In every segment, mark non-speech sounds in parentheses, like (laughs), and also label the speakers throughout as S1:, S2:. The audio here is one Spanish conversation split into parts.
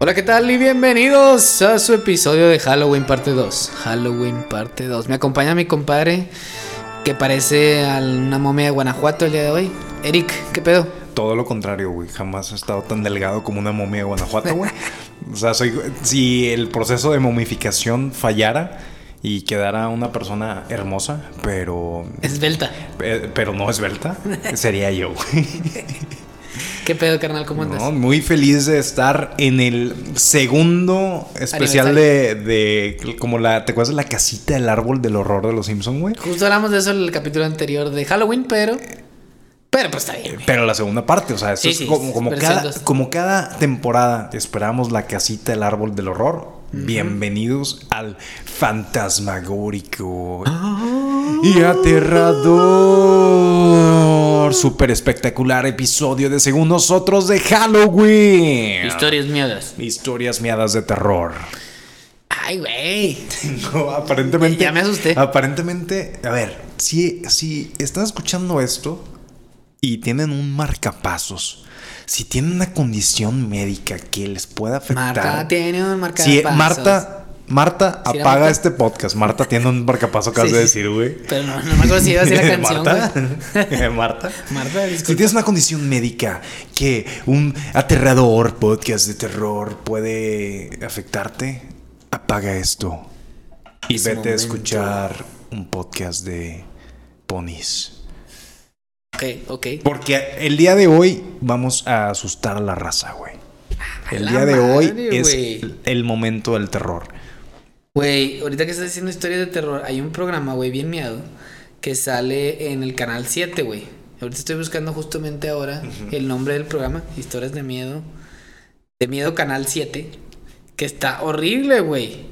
S1: Hola, ¿qué tal? Y bienvenidos a su episodio de Halloween parte 2. Halloween parte 2. Me acompaña mi compadre, que parece a una momia de Guanajuato el día de hoy. Eric, ¿qué pedo?
S2: Todo lo contrario, güey. Jamás he estado tan delgado como una momia de Guanajuato, güey. O sea, soy- si el proceso de momificación fallara y quedara una persona hermosa, pero.
S1: Esbelta.
S2: pe- Pero no esbelta, sería yo, güey.
S1: ¿Qué pedo, carnal? ¿Cómo andas?
S2: No, muy feliz de estar en el segundo especial de, de- Como la. ¿Te acuerdas de la casita del árbol del horror de los Simpson, güey?
S1: Justo hablamos de eso en el capítulo anterior de Halloween, pero. Pero pues está bien. güey.
S2: Pero la segunda parte, o sea, eso
S1: Sí,
S2: es
S1: sí,
S2: como, como
S1: pero
S2: cada,
S1: son dos.
S2: como cada temporada esperamos la casita del árbol del horror. Bienvenidos al fantasmagórico
S1: Ah.
S2: y aterrador, super espectacular episodio de Según Nosotros de Halloween.
S1: Historias miedas.
S2: Historias miadas de terror.
S1: Ay, güey.
S2: (laughs) No, aparentemente.
S1: Ya me asusté.
S2: Aparentemente, a ver, si, si están escuchando esto y tienen un marcapasos, si tienen una condición médica que les pueda afectar.
S1: Marta tiene un marca
S2: si Marta, Marta
S1: ¿Sí era
S2: apaga
S1: Marta?
S2: este podcast. Marta tiene un marcapaso, acabas
S1: Sí,
S2: de
S1: sí.
S2: decir, güey.
S1: Pero no, no me acuerdo si iba a decir
S2: (laughs)
S1: la canción,
S2: Marta.
S1: güey.
S2: (laughs) Marta.
S1: Marta,
S2: Si
S1: disculpa.
S2: tienes una condición médica que un aterrador podcast de terror puede afectarte, apaga esto y
S1: Es
S2: vete a
S1: momento.
S2: escuchar un podcast de ponis.
S1: Ok, ok.
S2: Porque el día de hoy vamos a asustar a la raza, güey. El
S1: la
S2: día de
S1: madre,
S2: hoy es
S1: güey.
S2: el- el momento del terror.
S1: Güey, ahorita que estás haciendo historias de terror, hay un programa, güey, bien miado, que sale en el canal 7, güey. Ahorita estoy buscando justamente ahora el nombre del programa, Historias de Miedo. De Miedo Canal 7, que está horrible, güey.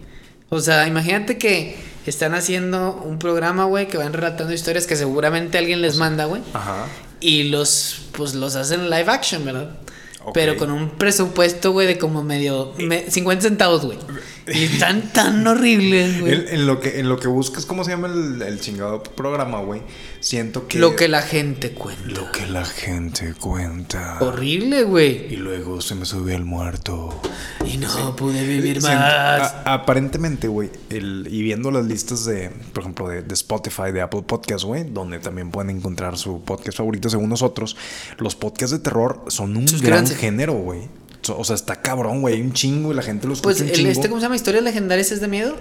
S1: O sea, imagínate que están haciendo un programa, güey, que van relatando historias que seguramente alguien les manda, güey.
S2: Ajá.
S1: Y los, pues los hacen live action, ¿verdad?
S2: Ok.
S1: Pero con un presupuesto, güey, de como medio me- 50 centavos,
S2: (laughs)
S1: güey. Y están tan horribles, güey.
S2: En, en lo que, en lo que buscas, ¿cómo se llama el, el chingado programa, güey? Siento que...
S1: Lo que la gente cuenta.
S2: lo que la gente cuenta.
S1: Horrible, güey.
S2: Y luego se me subió el muerto.
S1: Y no pude vivir
S2: Siento-
S1: más.
S2: a- aparentemente, güey, el- y viendo las listas de, por ejemplo, de, de Spotify, de Apple Podcast, güey, donde también pueden encontrar su podcast favorito según nosotros, los podcasts de terror son un gran
S1: Suscríbanse.
S2: género, güey. So- O sea, está cabrón, güey, hay un chingo y la gente los
S1: pues,
S2: escucha un
S1: el,
S2: chingo.
S1: este, ¿cómo se llama? ¿Historias legendarias es de miedo?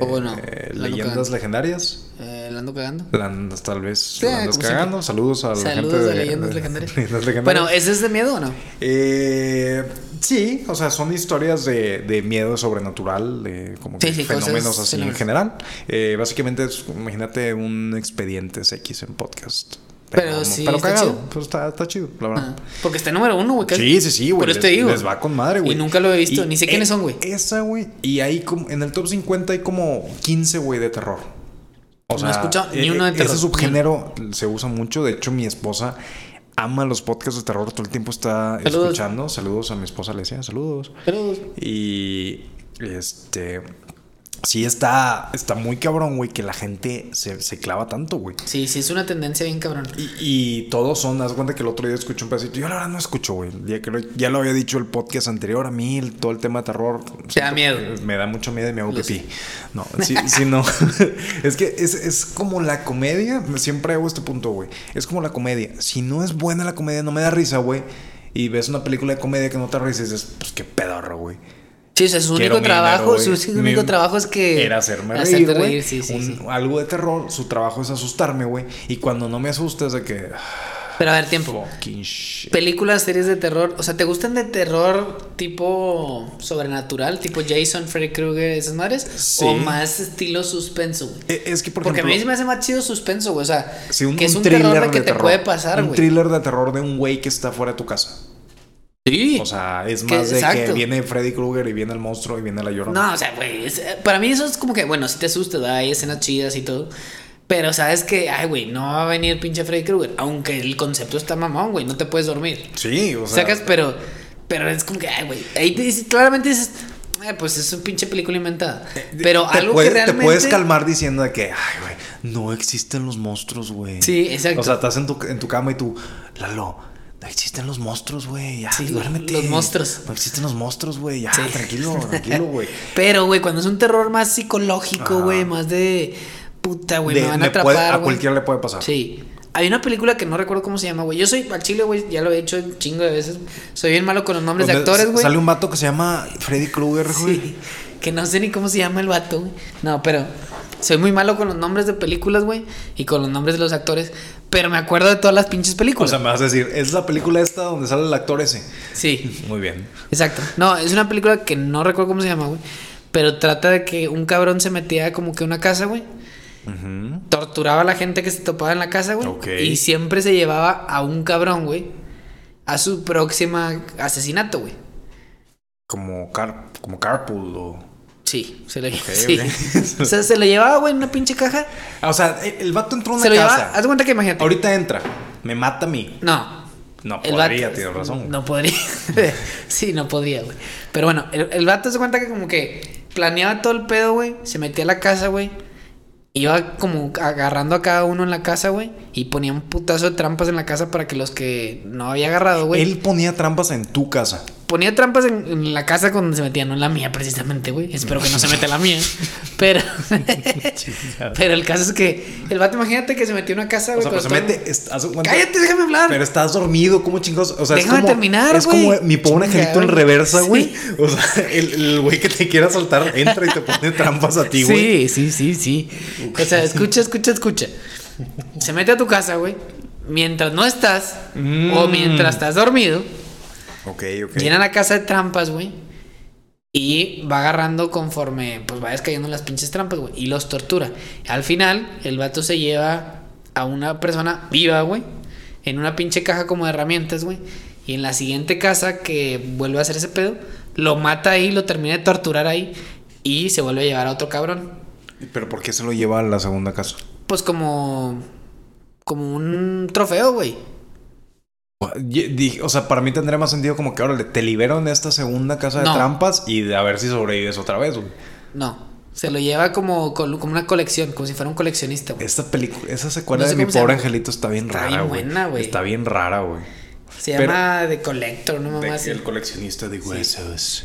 S1: ¿O no?
S2: Eh,
S1: La ando
S2: leyendas
S1: cagando.
S2: legendarias.
S1: Eh, la ando cagando.
S2: La andas tal vez
S1: Sí,
S2: la andas
S1: como
S2: cagando. Saludos a la
S1: Saludos a
S2: gente de-
S1: leyendas
S2: (laughs) de-
S1: legendarias.
S2: Leyendas Legendarias.
S1: Bueno, ¿ese es de miedo o no?
S2: Eh, sí, o sea, son historias de, de miedo sobrenatural, de como que
S1: Sí, sí,
S2: fenómenos
S1: cosas-
S2: así
S1: fenómenos.
S2: en general. Eh, básicamente, es, imagínate un expediente X en podcast.
S1: Pero sí,
S2: Pero
S1: está
S2: cagado.
S1: chido.
S2: Pues está, está chido, la verdad.
S1: Ah, porque está en número uno, güey. casi.
S2: Sí, sí, sí, güey.
S1: Por eso
S2: les-
S1: te digo.
S2: Les va con madre, güey.
S1: Y nunca lo he visto, ni sé
S2: eh,
S1: quiénes son, güey.
S2: Esa, güey. Y hay como. En el top 50 hay como 15, güey, de terror. O
S1: No
S2: sea,
S1: he escuchado ni
S2: eh,
S1: uno de terror.
S2: Ese subgénero se usa mucho. De hecho, mi esposa ama los podcasts de terror. Todo el tiempo está
S1: Saludos.
S2: escuchando. Saludos a mi esposa Alicia. Saludos.
S1: Pero-
S2: Y este. Sí, está, está muy cabrón, güey, que la gente se, se clava tanto, güey.
S1: Sí, sí, es una tendencia bien cabrón.
S2: Y, y todos son, haz cuenta que el otro día escuché un pedacito. Yo la verdad no escucho, güey. Ya, que lo, ya lo había dicho el podcast anterior. A mí el- todo el tema de terror.
S1: Te da
S2: siento-
S1: miedo.
S2: Me da mucho miedo y me hago
S1: Lo
S2: pipí.
S1: sé.
S2: No, sí, sí, no. (laughs) es que es, es como la comedia. Siempre hago este punto, güey. Es como la comedia. Si no es buena la comedia, no me da risa, güey. Y ves una película de comedia que no te da risa y dices, pues qué pedorro, güey.
S1: Sí, o sea, su
S2: Quiero
S1: único
S2: mi
S1: trabajo,
S2: dinero,
S1: su
S2: güey.
S1: único
S2: Mi-
S1: trabajo es que
S2: Era hacerme reír,
S1: hacerte
S2: güey.
S1: reír, sí, sí,
S2: Un-
S1: sí.
S2: Algo de terror, su trabajo es asustarme, güey. Y cuando no me asusta es de que...
S1: Pero a ver, tiempo.
S2: Fucking shit.
S1: Películas, series de terror, o sea, ¿te gustan de terror tipo sobrenatural, tipo Jason, Freddy Krueger, esas madres?
S2: Sí.
S1: O más estilo suspenso, güey.
S2: Eh, Es que, por
S1: Porque
S2: ejemplo...
S1: a mí se me hace más chido suspenso, güey. O sea,
S2: sí,
S1: que es un, terror de que te
S2: terror.
S1: puede pasar,
S2: Un
S1: güey.
S2: thriller de terror de un güey que está fuera de tu casa.
S1: Sí.
S2: O sea, es
S1: Que-
S2: más de
S1: exacto.
S2: que viene Freddy Krueger y viene el monstruo y viene la llorona.
S1: No, o sea, güey, es- eh, para mí eso es como que, bueno, si te asusta, ¿verdad? hay escenas chidas y todo. Pero sabes que, ay, güey, no va a venir pinche Freddy Krueger. Aunque el concepto está mamón, güey, no te puedes dormir.
S2: Sí, o sea...
S1: Sacas, pero, pero es como que, ay, güey, ahí te dices- claramente dices, "Ay, pues es una pinche película inventada. Pero
S2: te
S1: algo
S2: puedes-
S1: que realmente...
S2: Te puedes calmar diciendo de que, ay, güey, no existen los monstruos, güey.
S1: Sí, exacto.
S2: O sea, estás en tu, en tu cama y tú, Lalo, No existen los monstruos, güey. Ya,
S1: Sí,
S2: duérmete.
S1: los monstruos.
S2: No existen los monstruos, güey. Ya,
S1: Sí.
S2: tranquilo, tranquilo, güey.
S1: Pero, güey, cuando es un terror más psicológico,
S2: Ajá.
S1: güey, más de puta, (laughs) güey,
S2: De-
S1: me van a
S2: le puede-
S1: atrapar.
S2: a
S1: güey.
S2: cualquiera le puede pasar.
S1: Sí. Hay una película que no recuerdo cómo se llama, güey. Yo soy al chile, güey, ya lo he hecho un chingo de veces. Soy bien malo con los nombres de
S2: Donde
S1: actores, güey.
S2: Sale un vato que se llama Freddy Krueger, güey.
S1: Sí, que no sé ni cómo se llama el vato, güey. No, pero soy muy malo con los nombres de películas, güey, y con los nombres de los actores, pero me acuerdo de todas las pinches
S2: O
S1: películas.
S2: sea, me vas a decir, es la película esta donde sale el actor ese.
S1: sí,
S2: Muy bien.
S1: exacto. No, es una película que no recuerdo cómo se llama, güey, pero trata de que un cabrón se metía como que a una casa, güey,
S2: Ujú.
S1: torturaba a la gente que se topaba en la casa, güey,
S2: Ok.
S1: y siempre se llevaba a un cabrón, güey, a su próxima asesinato, güey.
S2: Como, car como Carpool o...
S1: Sí, se lo
S2: Ok,
S1: (laughs) sí.
S2: ok.
S1: O sea, se lo llevaba, güey, en una pinche caja.
S2: Ah, o sea, el, el vato entró a una
S1: Se lo llevaba.
S2: casa.
S1: Haz de cuenta que imagínate.
S2: Ahorita entra. Me mata a mí.
S1: No.
S2: No
S1: El
S2: podría,
S1: vato-
S2: tienes razón. güey.
S1: No podría. (laughs) sí, no podría, güey. Pero bueno, el, el vato se cuenta que como que planeaba todo el pedo, güey. Se metía a la casa, güey. Iba como agarrando a cada uno en la casa, güey. Y ponía un putazo de trampas en la casa para que los que no había agarrado, güey.
S2: Él ponía trampas en tu casa.
S1: Ponía trampas en, en la casa cuando se metía, no en la mía precisamente, güey. Espero que no se meta en la
S2: (laughs)
S1: mía. Pero. pero el caso es que el vato, imagínate que se metió en una casa,
S2: O
S1: güey.
S2: sea, pero se
S1: cuando todo-
S2: mete... es- haz de cuenta-
S1: Cállate, déjame hablar.
S2: Pero estás dormido, ¿cómo chingados? O sea,
S1: Déjame
S2: es como,
S1: terminar,
S2: Es
S1: güey.
S2: como mi
S1: Chinga,
S2: pobre angelito en
S1: güey.
S2: reversa,
S1: Sí.
S2: güey. O sea, el el güey que te quiera saltar entra y te pone trampas a ti, güey.
S1: Sí, sí, sí, sí. O sea, escucha, escucha, escucha. Se mete a tu casa, güey. Mientras no estás
S2: Mm.
S1: o mientras estás dormido,
S2: Ok, ok.
S1: llena la casa de trampas, güey. Y va agarrando conforme pues va cayendo las pinches trampas, güey. Y los tortura. Al final, el vato se lleva a una persona viva, güey. En una pinche caja como de herramientas, güey. Y en la siguiente casa que vuelve a hacer ese pedo, lo mata ahí, lo termina de torturar ahí. Y se vuelve a llevar a otro cabrón.
S2: Pero ¿por qué se lo lleva a la segunda casa?
S1: Pues como. Como un trofeo, güey.
S2: Ye- dije, O sea, para mí tendría más sentido como que, órale, te libero en esta segunda casa de
S1: No.
S2: trampas y de a ver si sobrevives otra vez, güey.
S1: No. Se lo lleva como, col- como una colección, como si fuera un coleccionista, güey.
S2: Esta película, esa secuela
S1: No sé
S2: de Mi
S1: cómo se
S2: Pobre
S1: llama.
S2: Angelito está bien
S1: Está
S2: rara,
S1: bien
S2: güey.
S1: buena, güey.
S2: Está bien rara, güey.
S1: Se
S2: pero-
S1: llama The Collector, no
S2: De-
S1: mamá. Sí,
S2: El coleccionista de huesos.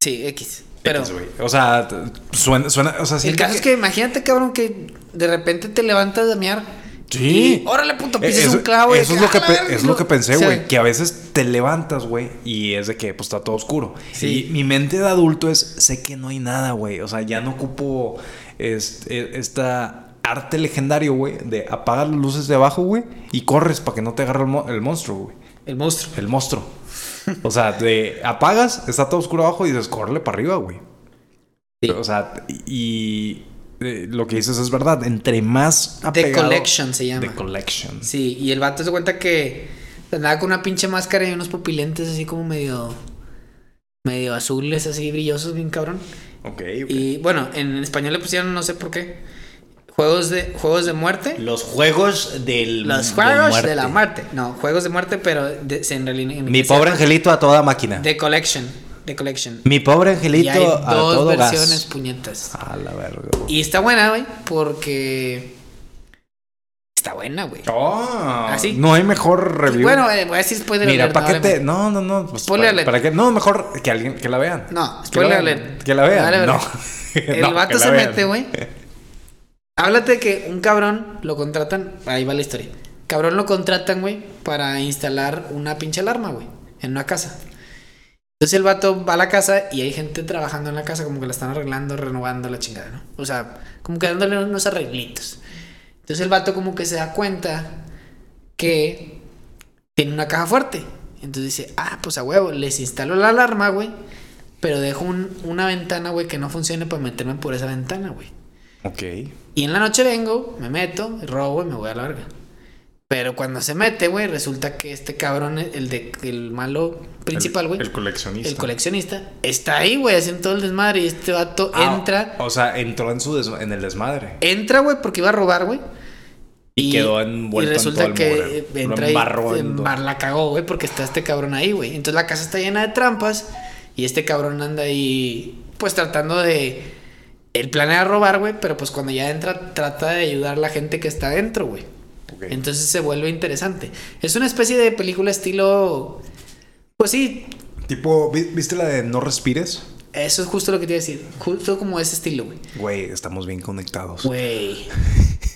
S1: Sí, X. Pero.
S2: X, güey. O sea, t- suena, suena, o sea,
S1: el
S2: siento
S1: caso es que imagínate, cabrón, que de repente te levantas a mear.
S2: Sí.
S1: y órale, puto,
S2: Eh,
S1: pises
S2: eso,
S1: un clavo. y
S2: eso es
S1: que,
S2: lo que,
S1: "A la
S2: pe-
S1: verga",
S2: es lo que pensé,
S1: o sea,
S2: güey. que a veces te levantas, güey, y es de que pues está todo oscuro.
S1: Sí.
S2: Y mi mente de adulto es, sé que no hay nada, güey. O sea, ya no ocupo este, esta arte legendario, güey, de apagar las luces de abajo, güey, y corres para que no te agarre el, mo- el monstruo, güey.
S1: El monstruo.
S2: El monstruo.
S1: (laughs)
S2: O sea, de apagas, está todo oscuro abajo y dices, córrele para arriba, güey.
S1: Sí.
S2: O sea, y eh, lo que dices es verdad. Entre más
S1: The
S2: apegado...
S1: Collection se llama.
S2: The Collection.
S1: Sí, y el vato se cuenta que andaba con una pinche máscara y unos pupilentes así como medio. medio azules, así brillosos, bien cabrón.
S2: Ok, ok.
S1: Y bueno, en español le pusieron, no sé por qué, juegos de, juegos de muerte.
S2: Los juegos del.
S1: Los juegos de la muerte. No, juegos de muerte, pero de- se- en realidad. en
S2: Mi
S1: inglés se
S2: pobre
S1: llama
S2: angelito a toda máquina.
S1: The Collection. The Collection.
S2: Mi
S1: Y
S2: pobre
S1: hay
S2: angelito a
S1: dos
S2: todo
S1: versiones, pues.
S2: gas.
S1: puñetas.
S2: A la verga.
S1: Y está buena, güey, porque. Está buena, güey.
S2: Oh,
S1: ¿Ah, sí?
S2: No hay mejor review.
S1: Bueno, eh, voy a decir spoiler
S2: Mira,
S1: alert,
S2: ¿para qué
S1: no,
S2: te.? No, no, no. pues,
S1: Spoiler
S2: para,
S1: alert.
S2: para qué- No, mejor que alguien. Que la vean.
S1: No,
S2: Que la
S1: spoiler
S2: vean.
S1: alert.
S2: Que la vean.
S1: Vale, vale.
S2: no. (laughs)
S1: El
S2: No, que
S1: vato
S2: la
S1: se
S2: vean.
S1: mete, güey. Háblate de que un cabrón lo contratan. Ahí va la historia. Cabrón lo contratan, güey, para instalar una pinche alarma, güey, en una casa. Entonces el vato va a la casa y hay gente trabajando en la casa, como que la están arreglando, renovando la chingada, ¿no? O sea, como que dándole unos arreglitos. Entonces el vato, como que se da cuenta que tiene una caja fuerte. Entonces dice, ah, pues a huevo, les instalo la alarma, güey. Pero dejo un- una ventana, güey, que no funcione para meterme por esa ventana, güey.
S2: Ok.
S1: Y en la noche vengo, me meto, robo y me voy a la verga. Pero cuando se mete, güey, resulta que este cabrón, el de el malo principal,
S2: El-
S1: güey,
S2: El coleccionista.
S1: el coleccionista, está ahí, güey, haciendo todo el desmadre. Y este vato
S2: Ah,
S1: entra,
S2: O sea, entró en, su des- en el desmadre.
S1: entra, güey, porque iba a robar, güey.
S2: Y quedó envuelto en todo el mugre.
S1: eh,
S2: Lo
S1: entra
S2: embarró
S1: y
S2: en todo.
S1: embar- la cagó, güey, porque está este cabrón ahí, güey. Entonces la casa está llena de trampas y este cabrón anda ahí, pues tratando de. Él planea robar, güey, pero pues cuando ya entra, trata de ayudar a la gente que está adentro, güey.
S2: Ok. Ok.
S1: Entonces se vuelve interesante. Es una especie de película estilo. Pues sí,
S2: Tipo, ¿vi- ¿viste la de No Respires?
S1: eso es justo lo que te iba a decir. Justo como ese estilo, güey.
S2: Güey, estamos bien conectados.
S1: Güey.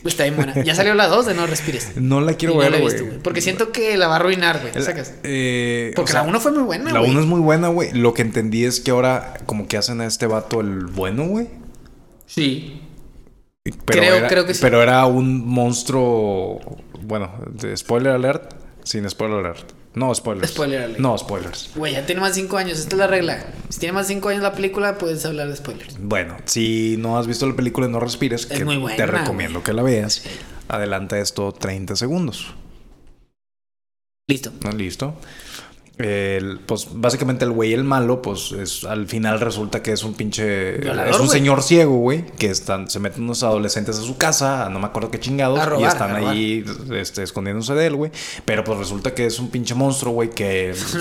S1: Está bien buena. Ya salió la 2 de No
S2: (laughs)
S1: Respires.
S2: No la quiero
S1: Y no
S2: ver,
S1: la he
S2: güey.
S1: visto, güey, Porque siento que la va a arruinar, güey.
S2: La-
S1: Sacas.
S2: eh,
S1: Porque
S2: o sea,
S1: la 1 fue muy buena,
S2: La
S1: güey.
S2: 1 es muy buena, güey. Lo que entendí es que ahora como que hacen a este vato el bueno, güey.
S1: Sí.
S2: Pero
S1: Creo-
S2: era,
S1: creo que sí.
S2: Pero era un monstruo. Bueno, de- spoiler alert. Sin spoiler alert. No spoilers.
S1: Spoiler alert.
S2: No spoilers.
S1: Güey, ya tiene más de 5 años. Esta es la regla. Si tiene más de 5 años la película, puedes hablar de spoilers.
S2: Bueno, si no has visto la película de No Respires,
S1: Es
S2: que
S1: muy buena,
S2: te recomiendo que la veas, adelanta esto 30 segundos.
S1: Listo.
S2: ¿no? Ah, Listo. El- pues básicamente el güey, el malo, pues es, al final resulta que es un pinche.
S1: Violador,
S2: es un
S1: güey.
S2: señor ciego, güey, que están, se meten unos adolescentes a su casa, a no me acuerdo qué chingados,
S1: A robar,
S2: y están
S1: a robar.
S2: ahí este, escondiéndose de él, güey. Pero pues resulta que es un pinche monstruo,
S1: (laughs)
S2: güey, que
S1: un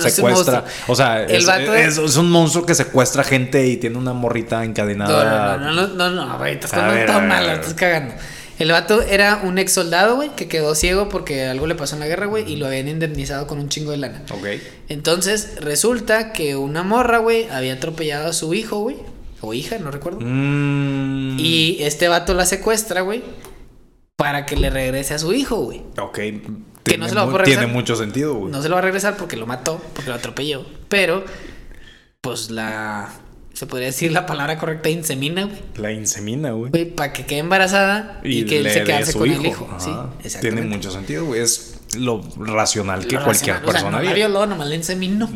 S1: monstruo.
S2: secuestra. o sea,
S1: El
S2: es,
S1: vato-
S2: es- es un monstruo que secuestra gente y tiene una morrita encadenada.
S1: No, no, no, no, no, no, güey, estás
S2: A
S1: contando
S2: ver,
S1: todo
S2: a ver,
S1: mal,
S2: a ver.
S1: estás cagando. El vato era un ex soldado, güey, que quedó ciego porque algo le pasó en la guerra, güey, y lo habían indemnizado con un chingo de lana.
S2: Ok.
S1: Entonces, resulta que una morra, güey, había atropellado a su hijo, güey, o hija, no recuerdo.
S2: Mm,
S1: Y este vato la secuestra, güey, para que le regrese a su hijo, güey.
S2: Ok.
S1: Que
S2: Tiene,
S1: no se lo va a
S2: mu-
S1: poder
S2: tiene
S1: regresar.
S2: mucho sentido, güey.
S1: No se lo va a regresar porque lo mató, porque lo atropelló. Pero, pues la. Se podría decir la palabra correcta, insemina, güey.
S2: La insemina, güey.
S1: Güey, para que quede embarazada y, que él
S2: le
S1: se
S2: dé
S1: quedase
S2: su
S1: con el hijo.
S2: Ajá.
S1: Sí,
S2: Tiene
S1: exactamente.
S2: mucho sentido, güey. Es lo racional que
S1: Lo
S2: cualquier
S1: racional,
S2: persona
S1: O sea, no la
S2: haría.
S1: violó, nomás le
S2: (laughs)
S1: inseminó.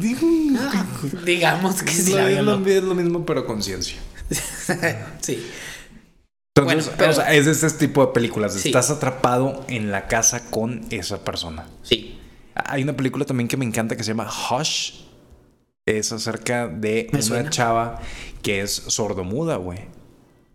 S2: Digo,
S1: Ah, digamos que sí
S2: la
S1: la
S2: vida
S1: violó.
S2: es lo mismo, pero con ciencia.
S1: (laughs) sí. Bueno,
S2: Entonces,
S1: pero-
S2: o sea, es de este tipo de películas.
S1: Sí.
S2: Estás atrapado en la casa con esa persona.
S1: Sí.
S2: Hay una película también que me encanta que se llama Hush. Es acerca de
S1: Me
S2: una
S1: suena.
S2: chava que es sordomuda, güey.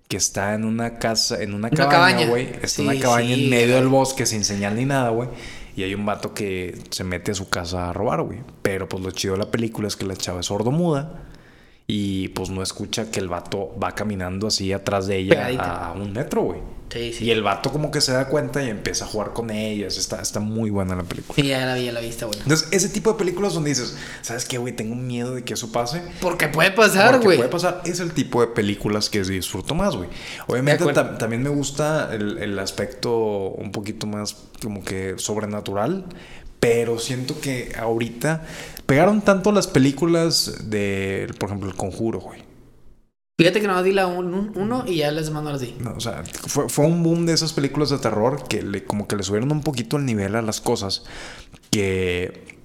S2: Que está en una casa, en
S1: Una
S2: una, cabaña,
S1: cabaña.
S2: güey. Está en
S1: Sí,
S2: una cabaña
S1: sí.
S2: en medio del bosque sin señal ni nada, güey. Y hay un vato que se mete a su casa a robar, güey. Pero pues lo chido de la película es que la chava es sordomuda. Y pues no escucha que el vato va caminando así atrás de ella
S1: Pegadita.
S2: a un metro, güey.
S1: Sí, sí.
S2: Y el vato como que se da cuenta y empieza a jugar con ellas. Está, está muy buena la película.
S1: Sí, ya la vi, ya la vi, está buena.
S2: Entonces, ese tipo de películas donde dices, ¿sabes qué, güey? Tengo miedo de que eso pase.
S1: Porque puede pasar,
S2: Porque
S1: güey.
S2: Puede pasar. Es el tipo de películas que disfruto más, güey.
S1: De
S2: Obviamente,
S1: acuerdo.
S2: tam- también me gusta el, el aspecto un poquito más como que sobrenatural. Pero siento que ahorita pegaron tanto las películas de, por ejemplo, El Conjuro, güey.
S1: Fíjate que nomás di la un- un- uno y ya les mando las di.
S2: No, o sea, fue, fue un boom de esas películas de terror que le, como que le subieron un poquito el nivel a las cosas. Que,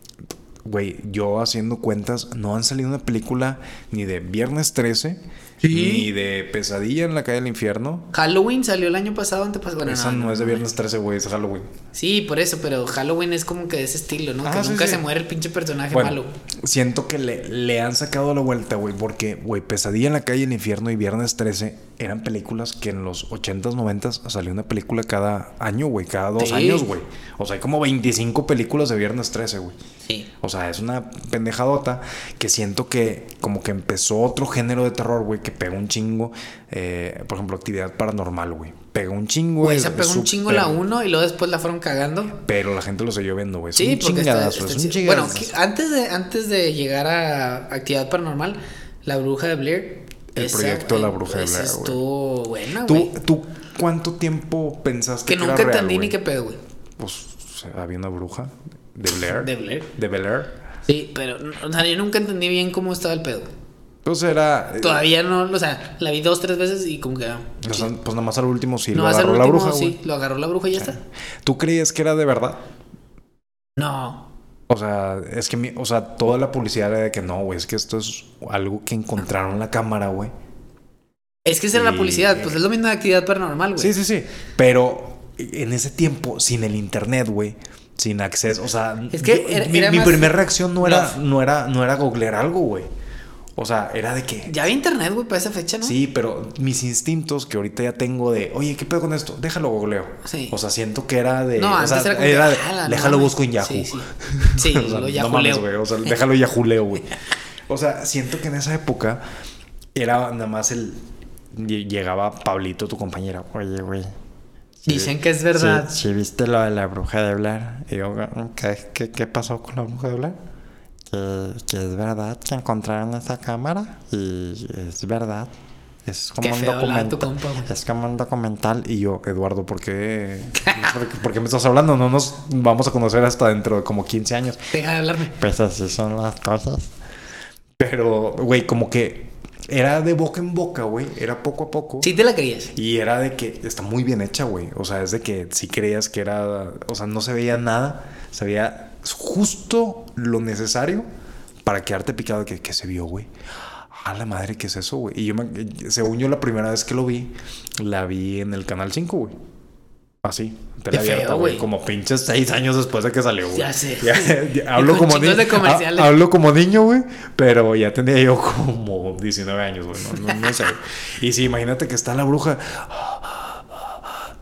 S2: güey, yo haciendo cuentas, no han salido una película ni de Viernes 13,
S1: Sí.
S2: ni de Pesadilla en la calle del infierno.
S1: Halloween salió el año pasado, antepasado. Bueno,
S2: Esa no, es de Viernes 13, güey, es Halloween.
S1: Sí, por eso, pero Halloween es como que de ese estilo, ¿no?
S2: Ah,
S1: que
S2: sí,
S1: nunca
S2: sí.
S1: se muere el pinche personaje
S2: Bueno,
S1: malo.
S2: siento que le, le han sacado la vuelta, güey, porque, güey, Pesadilla en la calle del infierno y Viernes 13 eran películas que en los 80s, 90s salió una película cada año, güey, cada dos
S1: Sí.
S2: años, güey. O sea, hay como 25 películas de Viernes 13, güey.
S1: Sí.
S2: O sea, es una pendejadota que siento que como que empezó otro género de terror, güey, que pegó un chingo. eh, por ejemplo, actividad paranormal, güey. Pegó un chingo.
S1: Güey,
S2: es-
S1: se
S2: es
S1: pegó un chingo la
S2: súper-
S1: uno y luego después la fueron cagando.
S2: Pero la gente lo siguió viendo, güey. Es
S1: Sí,
S2: un
S1: porque está-
S2: chingadazo,
S1: está
S2: es un
S1: chido. Bueno,
S2: chingadazo.
S1: que antes de, antes de llegar a Actividad Paranormal, La Bruja de Blair.
S2: El proyecto La Bruja de
S1: esa
S2: Blair, güey.
S1: estuvo buena,
S2: ¿Tú,
S1: Ah, güey.
S2: tú cuánto tiempo pensaste
S1: Que
S2: que,
S1: nunca
S2: era real,
S1: entendí
S2: güey?
S1: ni qué pedo, güey.
S2: Pues o sea, había una bruja de Blair.
S1: De Blair.
S2: De Bel Air.
S1: Sí, pero, o sea, yo nunca entendí bien cómo estaba el pedo.
S2: Entonces era. eh,
S1: Todavía no, o sea, la vi dos, tres veces y como que. ah,
S2: o sea, pues nada más al último sí
S1: no
S2: lo
S1: va a ser
S2: agarró
S1: el
S2: la
S1: último,
S2: bruja,
S1: sí,
S2: güey.
S1: lo agarró la bruja y ya está.
S2: ¿Tú creías que era de verdad?
S1: No,
S2: O sea, es que mi- o sea, toda la publicidad era de que no, güey, es que esto es algo que encontraron en la cámara, güey.
S1: Es que esa era
S2: Y-
S1: la publicidad, pues es lo mismo de actividad paranormal, güey.
S2: Sí, sí, sí. Pero en ese tiempo, sin el internet, güey, sin acceso, o sea,
S1: Es que
S2: yo-
S1: era-
S2: mi,
S1: era
S2: mi
S1: más-
S2: primera reacción no era,
S1: No.
S2: no era, no era googlear algo, güey. O sea, era de que
S1: Ya había internet, güey, para esa fecha, ¿no?
S2: Sí, pero mis instintos que ahorita ya tengo de, oye, ¿qué pedo con esto? Déjalo googleo.
S1: Sí.
S2: O sea, siento que era de.
S1: No,
S2: o
S1: antes
S2: sea,
S1: era como que,
S2: de,
S1: "Ala, no
S2: déjalo
S1: mames".
S2: busco en Yahoo.
S1: Sí,
S2: (laughs)
S1: sí. Sí,
S2: O sea,
S1: lo
S2: no mames,
S1: yahuleo.
S2: güey. O sea, déjalo
S1: (laughs)
S2: Yahuleo, güey. O sea, siento que en esa época era nada más el. lle- Llegaba Pablito, tu compañera. Oye, güey. Sí.
S1: Dicen que es verdad.
S3: Si, viste lo de la bruja de hablar, y yo, ¿qué, qué, qué pasó con la bruja de hablar? Que, que es verdad que encontraron esa cámara y es verdad. Es como,
S1: Qué
S3: un
S1: feo hablar tu
S3: documental,
S1: compa,
S2: (laughs)
S1: güey.
S3: es como un documental y
S2: Y yo, Eduardo, ¿por qué, por, qué- por qué me estás hablando? No nos vamos a conocer hasta dentro de como 15 años.
S1: Deja de hablarme.
S3: pues así son las cosas.
S2: Pero, güey, como que era de boca en boca, güey. Era poco a poco.
S1: Sí te la creías.
S2: Y era de que está muy bien hecha, güey. O sea, es de que si creías que era. O sea, no se veía nada. Se veía justo lo necesario para quedarte picado de que, que se vio, güey. A la madre, ¿qué es eso, güey? Y yo, me- según yo, la primera vez que lo vi, la vi en el canal 5, güey. Así, tele
S1: Qué feo,
S2: abierta, güey.
S1: güey.
S2: Como pinches seis años después de que salió, güey.
S1: Ya sé. (laughs)
S2: Ya- ya
S1: Y
S2: hablo,
S1: con
S2: como
S1: chingos
S2: niño,
S1: de comerciales.
S2: ha- hablo como niño, güey. Pero ya tenía yo (laughs) como 19 años, güey. No, no- no sé. Y sí, imagínate que está la bruja.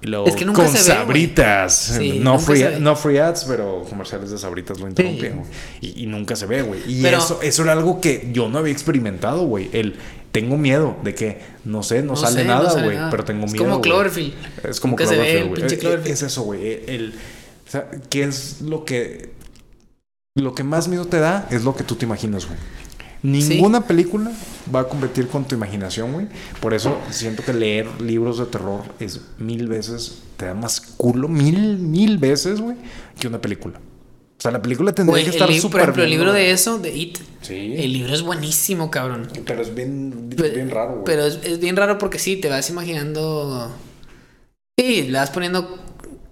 S2: Y luego,
S1: Es que nunca
S2: con
S1: se ve, güey.
S2: sabritas.
S1: Sí,
S2: no,
S1: nunca se
S2: free,
S1: ve.
S2: no free ads, pero comerciales de sabritas lo interrumpían, güey. Y, y nunca se ve, güey. Y
S1: Pero-
S2: eso, eso era algo que yo no había experimentado, güey. El tengo miedo de que, no sé, no,
S1: No
S2: sale
S1: sé, no
S2: nada,
S1: sale
S2: güey.
S1: nada.
S2: pero tengo
S1: Es
S2: miedo.
S1: como
S2: güey.
S1: Cloverfield.
S2: Es como
S1: Nunca se ve
S2: Cloverfield,
S1: el
S2: güey.
S1: pinche
S2: Eh, eh,
S1: Cloverfield.
S2: Es eso, güey. El, el- o sea, ¿qué es lo que. Lo que más miedo te da es lo que tú te imaginas, güey. Ninguna película va a competir con tu imaginación, güey. Por eso siento que leer libros de terror es mil veces, te da más culo, mil, mil veces, güey, que una película. O sea, la película tendría
S1: Güey,
S2: que
S1: el
S2: estar
S1: libro, por
S2: súper
S1: ejemplo, el
S2: bien,
S1: libro de
S2: güey.
S1: eso, de It.
S2: Sí.
S1: El libro es buenísimo, cabrón.
S2: Pero es bien,
S1: Pe-
S2: bien raro, güey.
S1: Pues, Pero es, es bien raro porque sí, te vas imaginando. Sí, le vas poniendo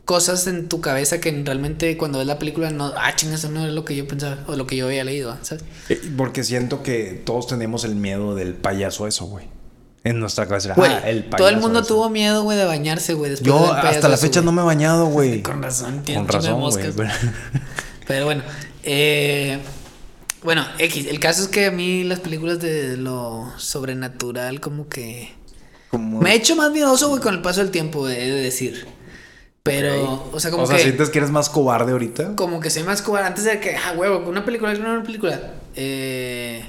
S1: cosas en tu cabeza que realmente cuando ves la película no. Ah, chingas, eso no es lo que yo pensaba o lo que yo había leído, ¿ah? ¿sabes?
S2: Eh, Porque siento que todos tenemos el miedo del payaso eso, güey. En nuestra cabeza. era,
S1: Güey,
S2: "Ah,
S1: todo el
S2: payaso
S1: mundo
S2: ese".
S1: tuvo miedo, güey, de bañarse, güey. después del
S2: Yo hasta la
S1: payaso,
S2: fecha
S1: güey.
S2: no me he
S1: (laughs)
S2: bañado, güey.
S1: Con razón, tiene
S2: Con
S1: un chingo de
S2: razón, güey.
S1: moscas. Pero bueno, eh, bueno, X, el caso es que a mí las películas de lo sobrenatural como que...
S2: Como-
S1: Me he hecho más miedoso, güey, con el paso del tiempo, he de decir. Pero, o sea, como
S2: o sea,
S1: que...
S2: ¿sientes que eres más cobarde ahorita?
S1: Como que soy más cobarde antes de que... Ah, huevo, una película, no una película. Eh,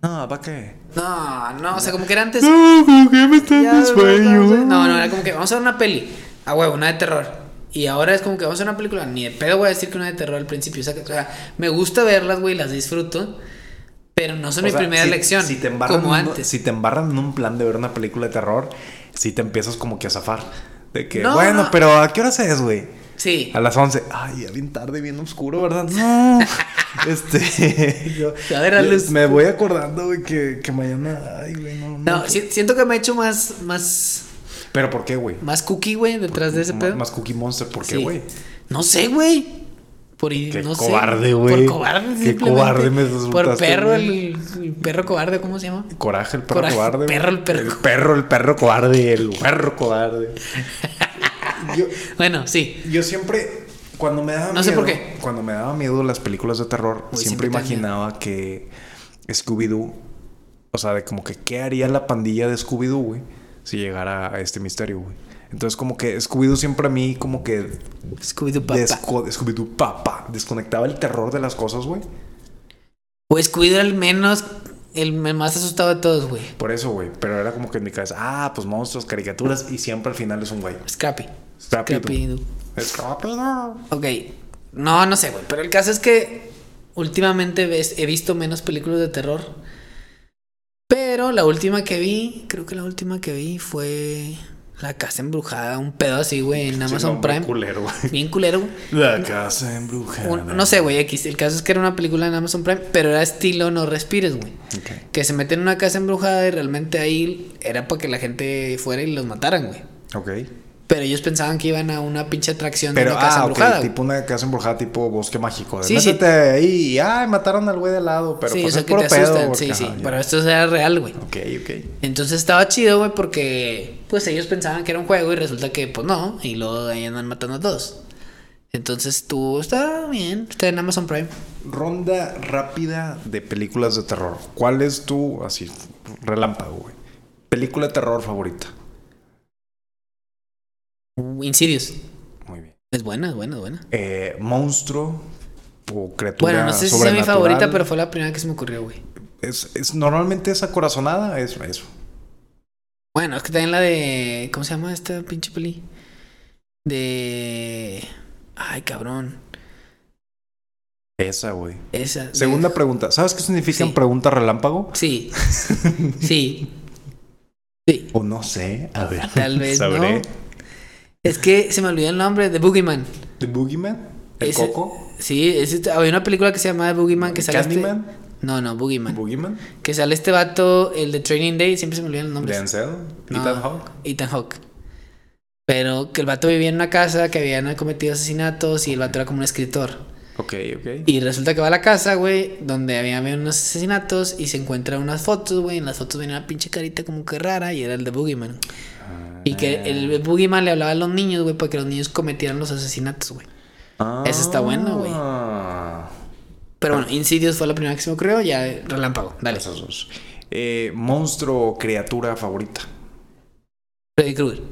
S2: No, ¿para qué?
S1: no, no, o sea, como que era antes...
S2: No, como que me
S1: Ya,
S2: estás
S1: No, no, era como que vamos a ver una peli. A huevo, una de terror. Y ahora es como que vamos a ver una película. Ni de pedo voy a decir que una de terror al principio. O sea, que- o sea, me gusta verlas, güey, las disfruto. Pero no son mi primera lección.
S2: Si te embarran,
S1: como
S2: en un-
S1: antes.
S2: si te embarran en un plan de ver una película de terror, si te empiezas como que a zafar. De que,
S1: No,
S2: bueno,
S1: no.
S2: pero ¿a qué hora se es, güey?
S1: Sí.
S2: A las 11. Ay, ya bien tarde, bien oscuro, ¿verdad?
S1: (laughs)
S2: No. este. (laughs) yo-
S1: A ver, a luz.
S2: Me voy acordando, güey, que, que mañana. Ay, güey, no.
S1: No, si- siento que me he hecho más, más,
S2: Pero ¿por qué, güey?
S1: más cookie, güey, detrás de ese
S2: M-
S1: pedo.
S2: Más Cookie Monster, ¿por qué,
S1: Sí.
S2: güey?
S1: No sé, güey. Por ir-
S2: Qué
S1: no sé.
S2: cobarde, güey.
S1: Por cobarde,
S2: Qué
S1: simplemente.
S2: cobarde me
S1: Por
S2: resultaste,
S1: perro,
S2: güey.
S1: el, el perro cobarde, ¿cómo se llama?
S2: Coraje, el perro
S1: Coraje,
S2: cobarde. güey.
S1: perro, el perro.
S2: El perro, el perro cobarde, el
S1: (laughs)
S2: perro cobarde. yo,
S1: Bueno, sí.
S2: yo siempre, cuando me daba
S1: No sé
S2: miedo-
S1: por qué.
S2: Cuando me daba miedo las películas de terror,
S1: Güey, siempre
S2: siempre
S1: te da
S2: imaginaba que Scooby-Doo, o sea, de como que, ¿qué haría la pandilla de Scooby-Doo, güey? Si llegara a este misterio, güey. Entonces, como que Scooby-Doo siempre a mí, como que
S1: Scooby-Doo papá.
S2: desco- Scooby-Doo, papá, desconectaba el terror de las cosas, güey.
S1: O Pues Scooby-Doo al menos el, el más asustado de todos, güey.
S2: Por eso, güey. Pero era como que en mi cabeza, ah, pues monstruos, caricaturas, y siempre al final es un güey.
S1: Scrappy.
S2: Scrappy-Doo.
S1: Scrappy-Doo.
S2: Es rápido.
S1: Ok. No, no sé, güey. Pero el caso es que últimamente ves- he visto menos películas de terror. Pero la última que vi, creo que la última que vi fue La Casa Embrujada, un pedo así, güey, en Amazon
S2: nombre
S1: Prime.
S2: culero,
S1: (laughs)
S2: güey.
S1: Bien culero, güey.
S2: La casa embrujada.
S1: Un- no sé, güey, X. El caso es que era una película en Amazon Prime, pero era estilo No Respires, güey.
S2: Ok.
S1: Que se meten en una casa embrujada y realmente ahí era para que la gente fuera y los mataran, güey.
S2: Ok.
S1: Pero ellos pensaban que iban a una pinche atracción
S2: Pero,
S1: de una casa
S2: ah, ok,
S1: embrujada. güey.
S2: tipo una casa embrujada, tipo bosque mágico. De,
S1: Sí, sí.
S2: Métete ahí y, ay, mataron al güey de al lado, pero
S1: sí, o
S2: pues
S1: sea,
S2: es
S1: que te
S2: puro pedo.
S1: asustan.
S2: porque,
S1: Sí, sí.
S2: ajá, ya.
S1: Pero esto era real, güey.
S2: Ok, ok.
S1: Entonces estaba chido, güey, porque pues ellos pensaban que era un juego y resulta que pues no. Y luego ahí andan matando a todos. Entonces tú está bien. Está en Amazon Prime.
S2: Ronda rápida de películas de terror. ¿Cuál es tu, así, relámpago, güey? Película de terror favorita.
S1: Uh, Insidious.
S2: Muy bien.
S1: Es buena, es buena, es buena.
S2: Eh, monstruo o criatura
S1: Bueno, no sé si sea mi
S2: sobrenatural.
S1: favorita, pero fue la primera que se me ocurrió, güey.
S2: Es, es- normalmente esa corazonada es eso.
S1: Bueno, es que también la de. ¿Cómo se llama esta pinche peli? de... Ay, cabrón.
S2: Esa, güey.
S1: Esa. de-
S2: Segunda pregunta. ¿Sabes qué significan
S1: Sí.
S2: preguntas relámpago?
S1: Sí.
S2: (laughs)
S1: Sí. Sí.
S2: O no sé. A ver.
S1: Tal vez
S2: Sabré.
S1: no. Es que se me olvidó el nombre de Boogeyman.
S2: ¿The Boogeyman? ¿El
S1: Ese-
S2: Coco?
S1: Sí, es este- había una película que se llamaba Boogeyman que sale este-
S2: ¿Candyman?
S1: No, no, Boogeyman.
S2: ¿Boogeyman?
S1: que sale este vato, el de Training Day, siempre se me olvidan los
S2: ¿De
S1: nombres.
S2: Ansel?
S1: No,
S2: ¿Ethan Hawke?
S1: Ethan Hawke. Pero que el vato vivía en una casa que habían cometido asesinatos y el vato era como un escritor.
S2: Ok, ok.
S1: Y resulta que va a la casa, güey, donde había, había unos asesinatos y se encuentra unas fotos, güey. En las fotos venía una pinche carita como que rara y era el de Boogeyman. Y que
S2: Ah.
S1: el Boogeyman le hablaba a los niños, güey, para que los niños cometieran los asesinatos, güey.
S2: Ah.
S1: Esa está buena, güey. Pero bueno, Insidious fue la primera que se me ocurrió, ya eh, relámpago, dale.
S2: Esas dos. Eh, ¿Monstruo o criatura favorita?
S1: Freddy Krueger.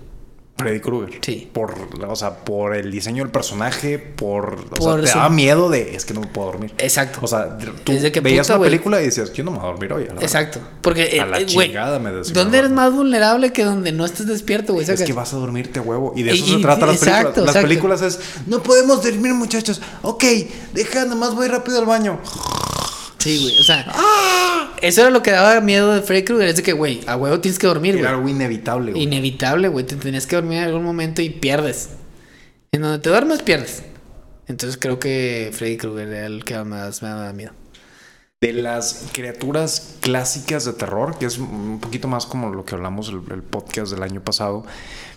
S2: Freddy Krueger.
S1: Sí.
S2: Por, o sea, por el diseño del personaje, por... O
S1: Por
S2: sea, te
S1: su-
S2: daba miedo de... Es que no puedo dormir.
S1: Exacto.
S2: O sea, tú
S1: Es de que
S2: veías
S1: puta,
S2: una
S1: güey.
S2: película y decías, yo no me voy a dormir hoy. a la verdad".
S1: Exacto. Porque, eh,
S2: A la
S1: eh, güey,
S2: chingada me decía.
S1: ¿dónde eres más vulnerable que donde no estés despierto, güey?
S2: Es
S1: Sacas.
S2: que vas a dormirte huevo. Y de eso
S1: Y-
S2: se
S1: y-
S2: trata las películas.
S1: exacto,
S2: las
S1: exacto.
S2: películas es, no podemos dormir, muchachos. Ok, deja, nomás voy rápido al baño.
S1: Sí, güey, o sea.
S2: ¡Ah!
S1: Eso era lo que daba miedo de Freddy Krueger. Es de que, güey, a huevo tienes que dormir,
S2: Era
S1: güey.
S2: algo inevitable, güey.
S1: Inevitable, güey. Te tenías que dormir en algún momento y pierdes. En donde te duermes, pierdes. Entonces creo que Freddy Krueger era el que más me daba miedo.
S2: de las criaturas clásicas de terror, que es un poquito más como lo que hablamos el, el podcast del año pasado.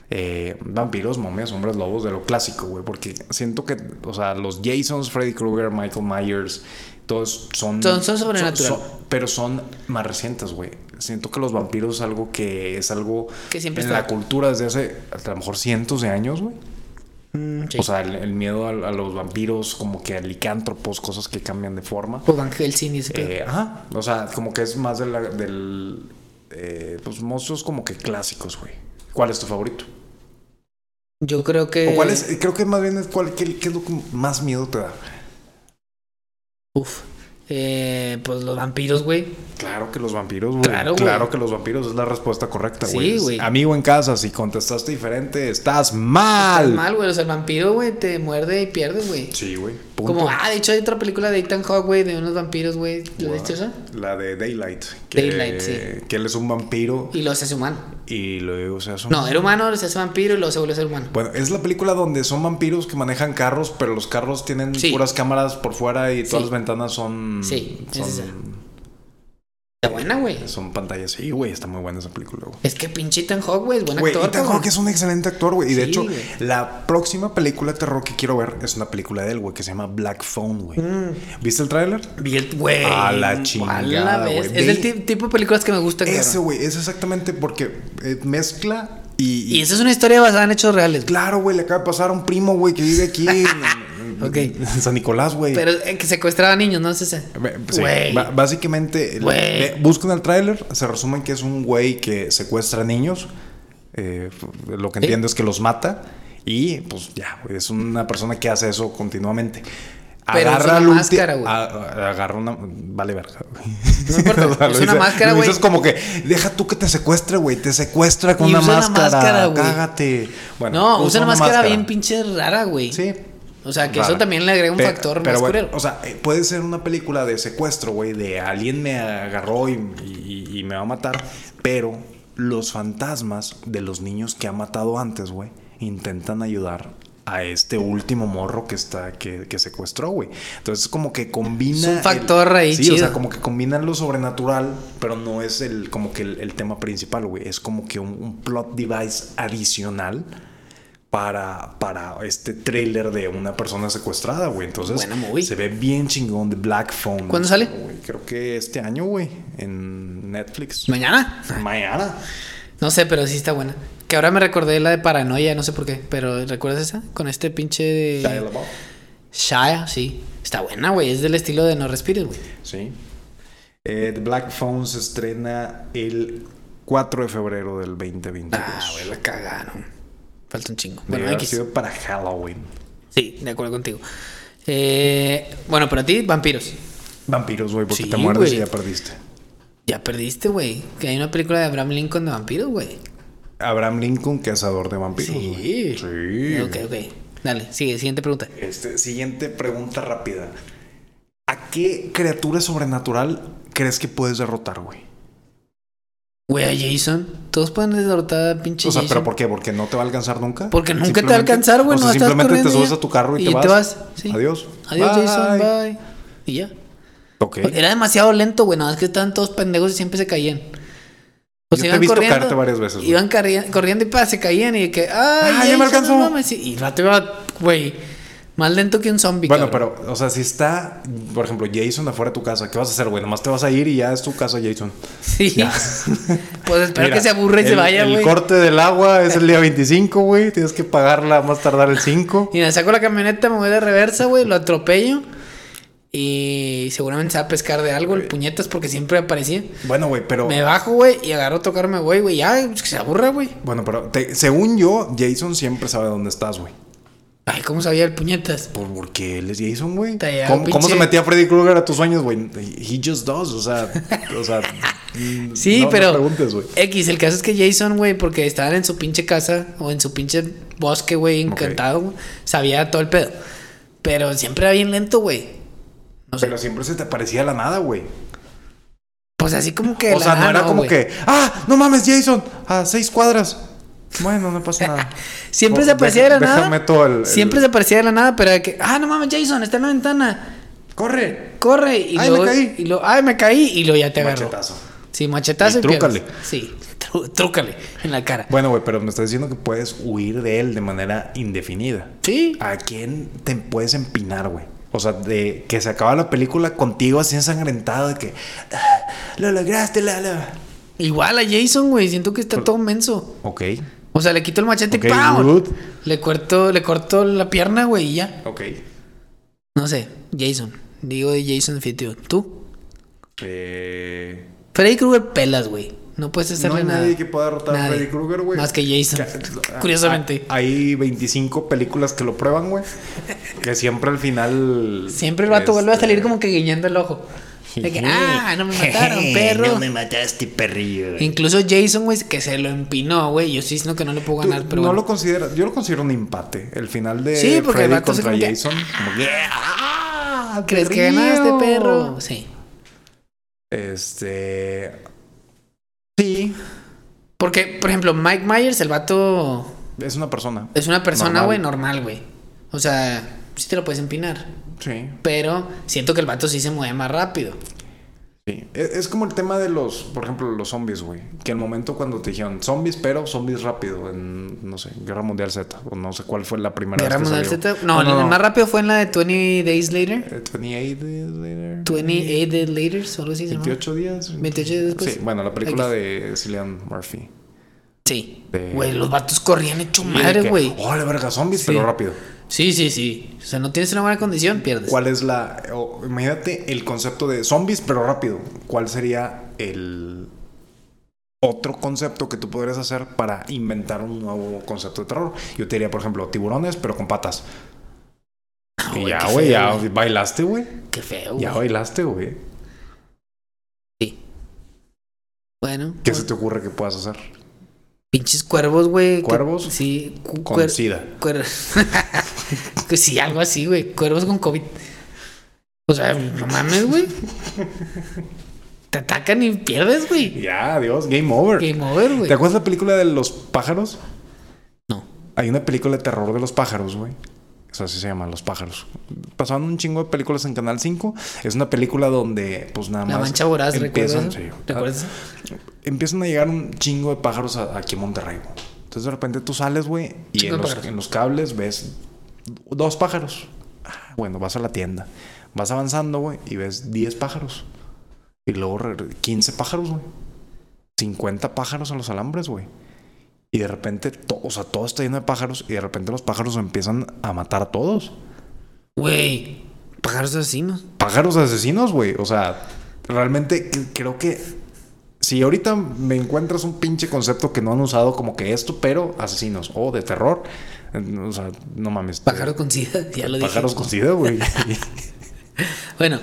S2: eh, vampiros, momias, hombres lobos, de lo clásico, güey. Porque siento que, o sea, los Jasons, Freddy Krueger, Michael Myers, todos son.
S1: Son- son sobrenatural.
S2: pero son más recientes, güey. Siento que los vampiros es algo que es algo.
S1: Que siempre
S2: En
S1: está.
S2: la cultura desde hace a lo mejor cientos de años, güey.
S1: Mm, sí.
S2: O sea, el, el miedo a, a los vampiros, como que a licántropos, cosas que cambian de forma.
S1: O Pues Van Helsing y ese pedo.
S2: Eh, ajá. O sea, como que es más de la- del. Eh, pues monstruos como que clásicos, güey. ¿Cuál es tu favorito?
S1: Yo creo que.
S2: o cuál es. eh, Creo que más bien es cuál. ¿Qué, qué es lo que más miedo te da?
S1: Uf. Eh, pues los vampiros, güey.
S2: Claro que los vampiros, güey.
S1: Claro,
S2: Claro,
S1: güey.
S2: que los vampiros es la respuesta correcta,
S1: Sí,
S2: güey. Es
S1: güey.
S2: Amigo en casa, si contestaste diferente, estás
S1: Estás
S2: mal.
S1: mal, güey. O sea, el vampiro, güey, te muerde y pierdes, güey.
S2: Sí, güey. Punto.
S1: Como, ah, de hecho hay otra película de Ethan Hawke, güey, de unos vampiros, güey. ¿Lo
S2: Wow.
S1: viste esa?
S2: La de Daylight. Que,
S1: Daylight, sí.
S2: Que él es un vampiro
S1: Y los hace humano.
S2: y luego se hace un-
S1: No, era humano, se hace vampiro y luego se vuelve a ser humano.
S2: Bueno, es la película donde son vampiros que manejan carros, pero los carros tienen
S1: Sí.
S2: puras cámaras por fuera y todas
S1: Sí.
S2: las ventanas son.
S1: Sí, es esa.
S2: son,
S1: Está buena, güey.
S2: son pantallas. Sí, güey, está muy buena esa película, güey.
S1: Es que pinche Ethan Hawke, güey, es buen
S2: Güey,
S1: actor.
S2: Ethan
S1: cabrón.
S2: Hawke es un excelente actor, güey. Y de
S1: Sí,
S2: hecho,
S1: güey.
S2: la próxima película de terror que quiero ver es una película de él, güey, que se llama Black Phone, güey.
S1: Mm.
S2: ¿Viste el tráiler?
S1: Bien, güey.
S2: A la
S1: A la
S2: chingada,
S1: vez.
S2: güey.
S1: Es del
S2: Ve-
S1: ti- tipo de películas que me gustan,
S2: Ese,
S1: cabrón.
S2: güey, es exactamente porque eh, mezcla y,
S1: Y esa es una historia basada en hechos reales, güey.
S2: Claro, güey, le acaba de pasar a un primo, güey, que vive aquí
S1: (laughs)
S2: en,
S1: Ok.
S2: en San Nicolás, güey.
S1: Pero eh, que secuestraba niños, ¿no? Es esa.
S2: Ve- sí,
S1: Güey.
S2: ba- básicamente, el-
S1: Güey.
S2: ve- buscan el tráiler, se resumen que es un güey que secuestra niños, eh, lo que
S1: Sí.
S2: entiendo es que los mata, y pues ya, güey, es una persona que hace eso continuamente.
S1: Pero usa una
S2: al ulti-
S1: máscara, güey.
S2: a- a- Agarra una... Vale verga, güey.
S1: No importa,
S2: (laughs) O sea, lo
S1: usa una
S2: dice-
S1: máscara,
S2: lo
S1: güey.
S2: dices como que, deja tú que te secuestre, güey, te secuestra con
S1: Y
S2: una
S1: usa una
S2: máscara,
S1: máscara, güey.
S2: cágate.
S1: no, usa una máscara, bien pinche rara, güey.
S2: Sí.
S1: O sea, que
S2: Rara.
S1: eso también le agrega un
S2: Pe-
S1: factor
S2: pero
S1: más
S2: bueno,
S1: culero.
S2: O sea, eh, puede ser una película de secuestro, güey, de alguien me agarró y, y- y me va a matar, pero los fantasmas de los niños que ha matado antes, güey, intentan ayudar a este último morro que está que, que secuestró, güey. Entonces como que combina
S1: Es un
S2: el-
S1: factor ahí
S2: sí, o
S1: chido.
S2: sea, como que combinan lo sobrenatural, pero no es el como que el, el tema principal, güey. Es como que un, un plot device adicional para, para este trailer de una persona secuestrada, güey. Entonces
S1: Buena movie.
S2: se ve bien chingón de Black Phone.
S1: ¿Cuándo sale?
S2: Güey, creo que este año, güey, en Netflix.
S1: Mañana.
S2: Mañana.
S1: No sé, pero sí está buena. Que ahora me recordé la de Paranoia, no sé por qué, pero ¿recuerdas esa? Con este pinche
S2: Shia
S1: de...
S2: LaBeouf.
S1: Shia, sí. Está buena, güey. Es del estilo de No Respires, güey.
S2: Sí. Eh, The Black Phone se estrena el 4 de febrero del 2022.
S1: Ah, güey, la cagaron. Falta un chingo.
S2: Debe
S1: Bueno,
S2: haber
S1: X.
S2: sido para Halloween.
S1: Sí, de acuerdo contigo. Eh, bueno, para ti, vampiros.
S2: Vampiros, güey, porque
S1: Sí,
S2: te muerdes
S1: güey.
S2: y ya perdiste.
S1: Ya perdiste, güey. Que hay una película de Abraham Lincoln de vampiros, güey.
S2: Abraham Lincoln, cazador de vampiros.
S1: Sí.
S2: güey. Sí.
S1: Ok, ok. Dale, sigue, siguiente pregunta.
S2: Este, siguiente pregunta rápida. ¿A qué criatura sobrenatural crees que puedes derrotar, güey?
S1: Güey, a Jason. Todos pueden derrotar a pinche
S2: O sea,
S1: Jason.
S2: ¿pero por qué? ¿Porque no te va a alcanzar nunca?
S1: Porque nunca te va a
S2: Simplemente-
S1: alcanzar, güey,
S2: O sea,
S1: no estás
S2: simplemente te
S1: corriendo
S2: subes
S1: ya.
S2: a tu carro y,
S1: Y
S2: te,
S1: te
S2: vas.
S1: vas, sí.
S2: Adiós.
S1: Adiós,
S2: Bye.
S1: Jason, bye. Y ya.
S2: Ok.
S1: Era demasiado lento, güey. Nada más que estaban todos pendejos y siempre se caían. O sea,
S2: Yo te he
S1: iban
S2: visto
S1: corriendo,
S2: caerte varias veces, güey.
S1: Iban carri- corriendo y pa, se caían y de que, ay,
S2: Ah, ya me
S1: Jason,
S2: alcanzó.
S1: no mames. Y y el vato iba, güey, más lento que un zombie.
S2: Bueno,
S1: cabrón.
S2: pero, o sea, si está, por ejemplo, Jason afuera de tu casa, ¿qué vas a hacer, güey? Nomás te vas a ir y ya es tu casa, Jason.
S1: Sí.
S2: Ya.
S1: (laughs) pues espero
S2: Mira,
S1: que se aburra y se
S2: el-
S1: vaya,
S2: El
S1: güey.
S2: corte del agua es el día 25, güey. Tienes que pagarla a más tardar el 5.
S1: (laughs) Y me saco la camioneta, me voy de reversa, güey, lo atropello. Y seguramente se va a pescar de algo, el puñetas, porque siempre aparecía.
S2: Bueno, güey, pero.
S1: Me bajo, güey, y agarro a tocarme, güey, güey. Ya, pues, que se aburra, güey.
S2: Bueno, pero te- según yo, Jason siempre sabe dónde estás, güey.
S1: Ay, ¿cómo sabía el puñetas?
S2: Por, porque él es Jason, güey.
S1: Te llega
S2: ¿Cómo,
S1: un
S2: cómo se
S1: pinche-
S2: metía Freddy Krueger a tus sueños, güey? He just does, o sea.
S1: (laughs)
S2: O sea mm,
S1: Sí,
S2: no- no
S1: pero.
S2: preguntes, güey.
S1: X, el caso es que Jason, güey, porque estaban en su pinche casa o en su pinche bosque, güey,
S2: Ok.
S1: encantado, güey, sabía todo el pedo. Pero siempre era bien lento, güey. No sé.
S2: Pero siempre se te aparecía de la nada, güey.
S1: Pues así como que. de
S2: O
S1: la
S2: sea, no
S1: nada,
S2: era como
S1: güey.
S2: que, ah, no mames, Jason, a seis cuadras. Bueno, no
S1: (laughs)
S2: pasa nada.
S1: Siempre
S2: Oh,
S1: se aparecía de
S2: deja-
S1: la nada.
S2: déjame todo el- el-
S1: Siempre se aparecía de la nada, pero de que, ah, no mames, Jason, está en la ventana.
S2: Corre.
S1: Corre. Y
S2: Ay, me
S1: luego,
S2: caí.
S1: Y luego, ay, me caí. Y luego ya te agarró.
S2: Machetazo.
S1: Sí, machetazo.
S2: Y trúcale.
S1: pierdes. Sí, (laughs) trú- trúcale en la cara.
S2: Bueno, güey, pero me estás diciendo que puedes huir de él de manera indefinida.
S1: Sí.
S2: ¿A quién te puedes empinar, güey? O sea, de que se acaba la película contigo así ensangrentado de que "Ah, lo lograste, Lalo.
S1: Igual a Jason, güey. Siento que está todo menso.
S2: Ok.
S1: O sea, le quito el machete
S2: Ok,
S1: y ¡pam!
S2: good.
S1: Le corto, le corto la pierna, güey, y ya.
S2: Ok.
S1: No sé, Jason. Digo de Jason definitivo. ¿Tú?
S2: Eh.
S1: Freddy Krueger pelas, güey. No puedes
S2: No
S1: hacerle
S2: hay
S1: nada.
S2: nadie que pueda derrotar a
S1: Nadie.
S2: Freddy Krueger, güey.
S1: Más que
S2: (laughs)
S1: Jason.
S2: Que-
S1: Curiosamente.
S2: ha- ah, Hay 25 películas que lo prueban, güey. Que siempre al final.
S1: Siempre el vato vuelve a
S2: este,
S1: salir como que guiñando el ojo. De que, ah, no me mataron,
S2: (laughs)
S1: perro.
S4: No me mataste, perrillo.
S1: Incluso Jason, güey, que se lo empinó, güey. Yo sí siento que no le puedo
S2: tú-
S1: ganar, pero
S2: no
S1: bueno.
S2: lo considera, yo lo considero un empate. El final de
S1: Sí, porque el
S2: Freddy
S1: vato se
S2: contra
S1: como que-
S2: Jason. como que, "Ah,
S1: ¿Crees que
S2: perrillo".
S1: ganaste, perro? Sí.
S2: Este. Sí,
S1: Porque, por ejemplo, Mike Myers, el vato
S2: es una persona.
S1: es una persona,
S2: Normal.
S1: güey, normal, güey. O sea, sí te lo puedes empinar.
S2: Sí,
S1: Pero siento que el vato sí se mueve más rápido.
S2: sí. Es, es como el tema de los, por ejemplo, los zombies, güey. Que el momento cuando te dijeron zombies, pero zombies rápido, en, no sé, Guerra Mundial Z, o no sé cuál fue la primera
S1: Guerra
S2: vez. que
S1: Mundial
S2: salió. Ah,
S1: Z. No, el más rápido fue en la de 20 Days Later.
S2: Eh, 28 days later.
S1: 28 Days Later, solo así se llama.
S2: 28 días.
S1: 28 días después.
S2: Sí, bueno, la película de Cillian Murphy.
S1: Sí.
S2: De-
S1: Güey, los vatos corrían hecho madre, güey.
S2: Oh, la verga, zombies, pero rápido.
S1: Sí, sí, sí. O sea, no tienes una buena condición, pierdes.
S2: ¿Cuál es la. o, imagínate el concepto de zombies, pero rápido. ¿Cuál sería el otro concepto que tú podrías hacer para inventar un nuevo concepto de terror? Yo te diría, por ejemplo, tiburones, pero con patas.
S1: Ah,
S2: Y
S1: güey,
S2: ya,
S1: qué
S2: güey,
S1: feo,
S2: ya bailaste, güey.
S1: Qué feo,
S2: Ya
S1: güey.
S2: bailaste, güey.
S1: Bueno,
S2: ¿Qué
S1: pues,
S2: se te ocurre que puedas hacer?
S1: pinches cuervos, güey. que-
S2: ¿Cuervos?
S1: Sí. cu-
S2: Con
S1: cuer-
S2: sida.
S1: cuer- (laughs) que sí, algo así, güey. Cuervos con COVID. O sea, no mames, güey. Te atacan y pierdes, güey.
S2: Ya, adiós, game over.
S1: Game over, güey.
S2: ¿Te acuerdas la película de los pájaros?
S1: No.
S2: Hay una película de terror de los pájaros, güey. O sea, así se llama, Los pájaros. Pasaban un chingo de películas en Canal 5. Es una película donde, pues nada más.
S1: La mancha voraz,
S2: empiezan,
S1: ¿recuerdas?
S2: sí. Ah.
S1: ¿Recuerdas?
S2: Empiezan a llegar un chingo de pájaros a- aquí en Monterrey, güey. Entonces de repente tú sales, güey, y
S1: Chingo
S2: en
S1: de
S2: los,
S1: pájaros.
S2: en los cables ves dos pájaros. Ah, Bueno, vas a la tienda. Vas avanzando, güey, y ves 10 pájaros. Y luego re- 15 pájaros, güey. 50 pájaros en los alambres, güey. Y de repente, to- o sea, todo está lleno de pájaros y de repente los pájaros empiezan a matar a todos.
S1: Güey. Pájaros asesinos.
S2: Pájaros asesinos, güey. O sea, realmente c- creo que si ahorita me encuentras un pinche concepto que no han usado como que esto, pero asesinos o de terror, eh, o sea, no mames. te-
S1: Pájaro con sida, ya lo dije.
S2: Pájaros con
S1: (laughs)
S2: sida, güey.
S1: Bueno,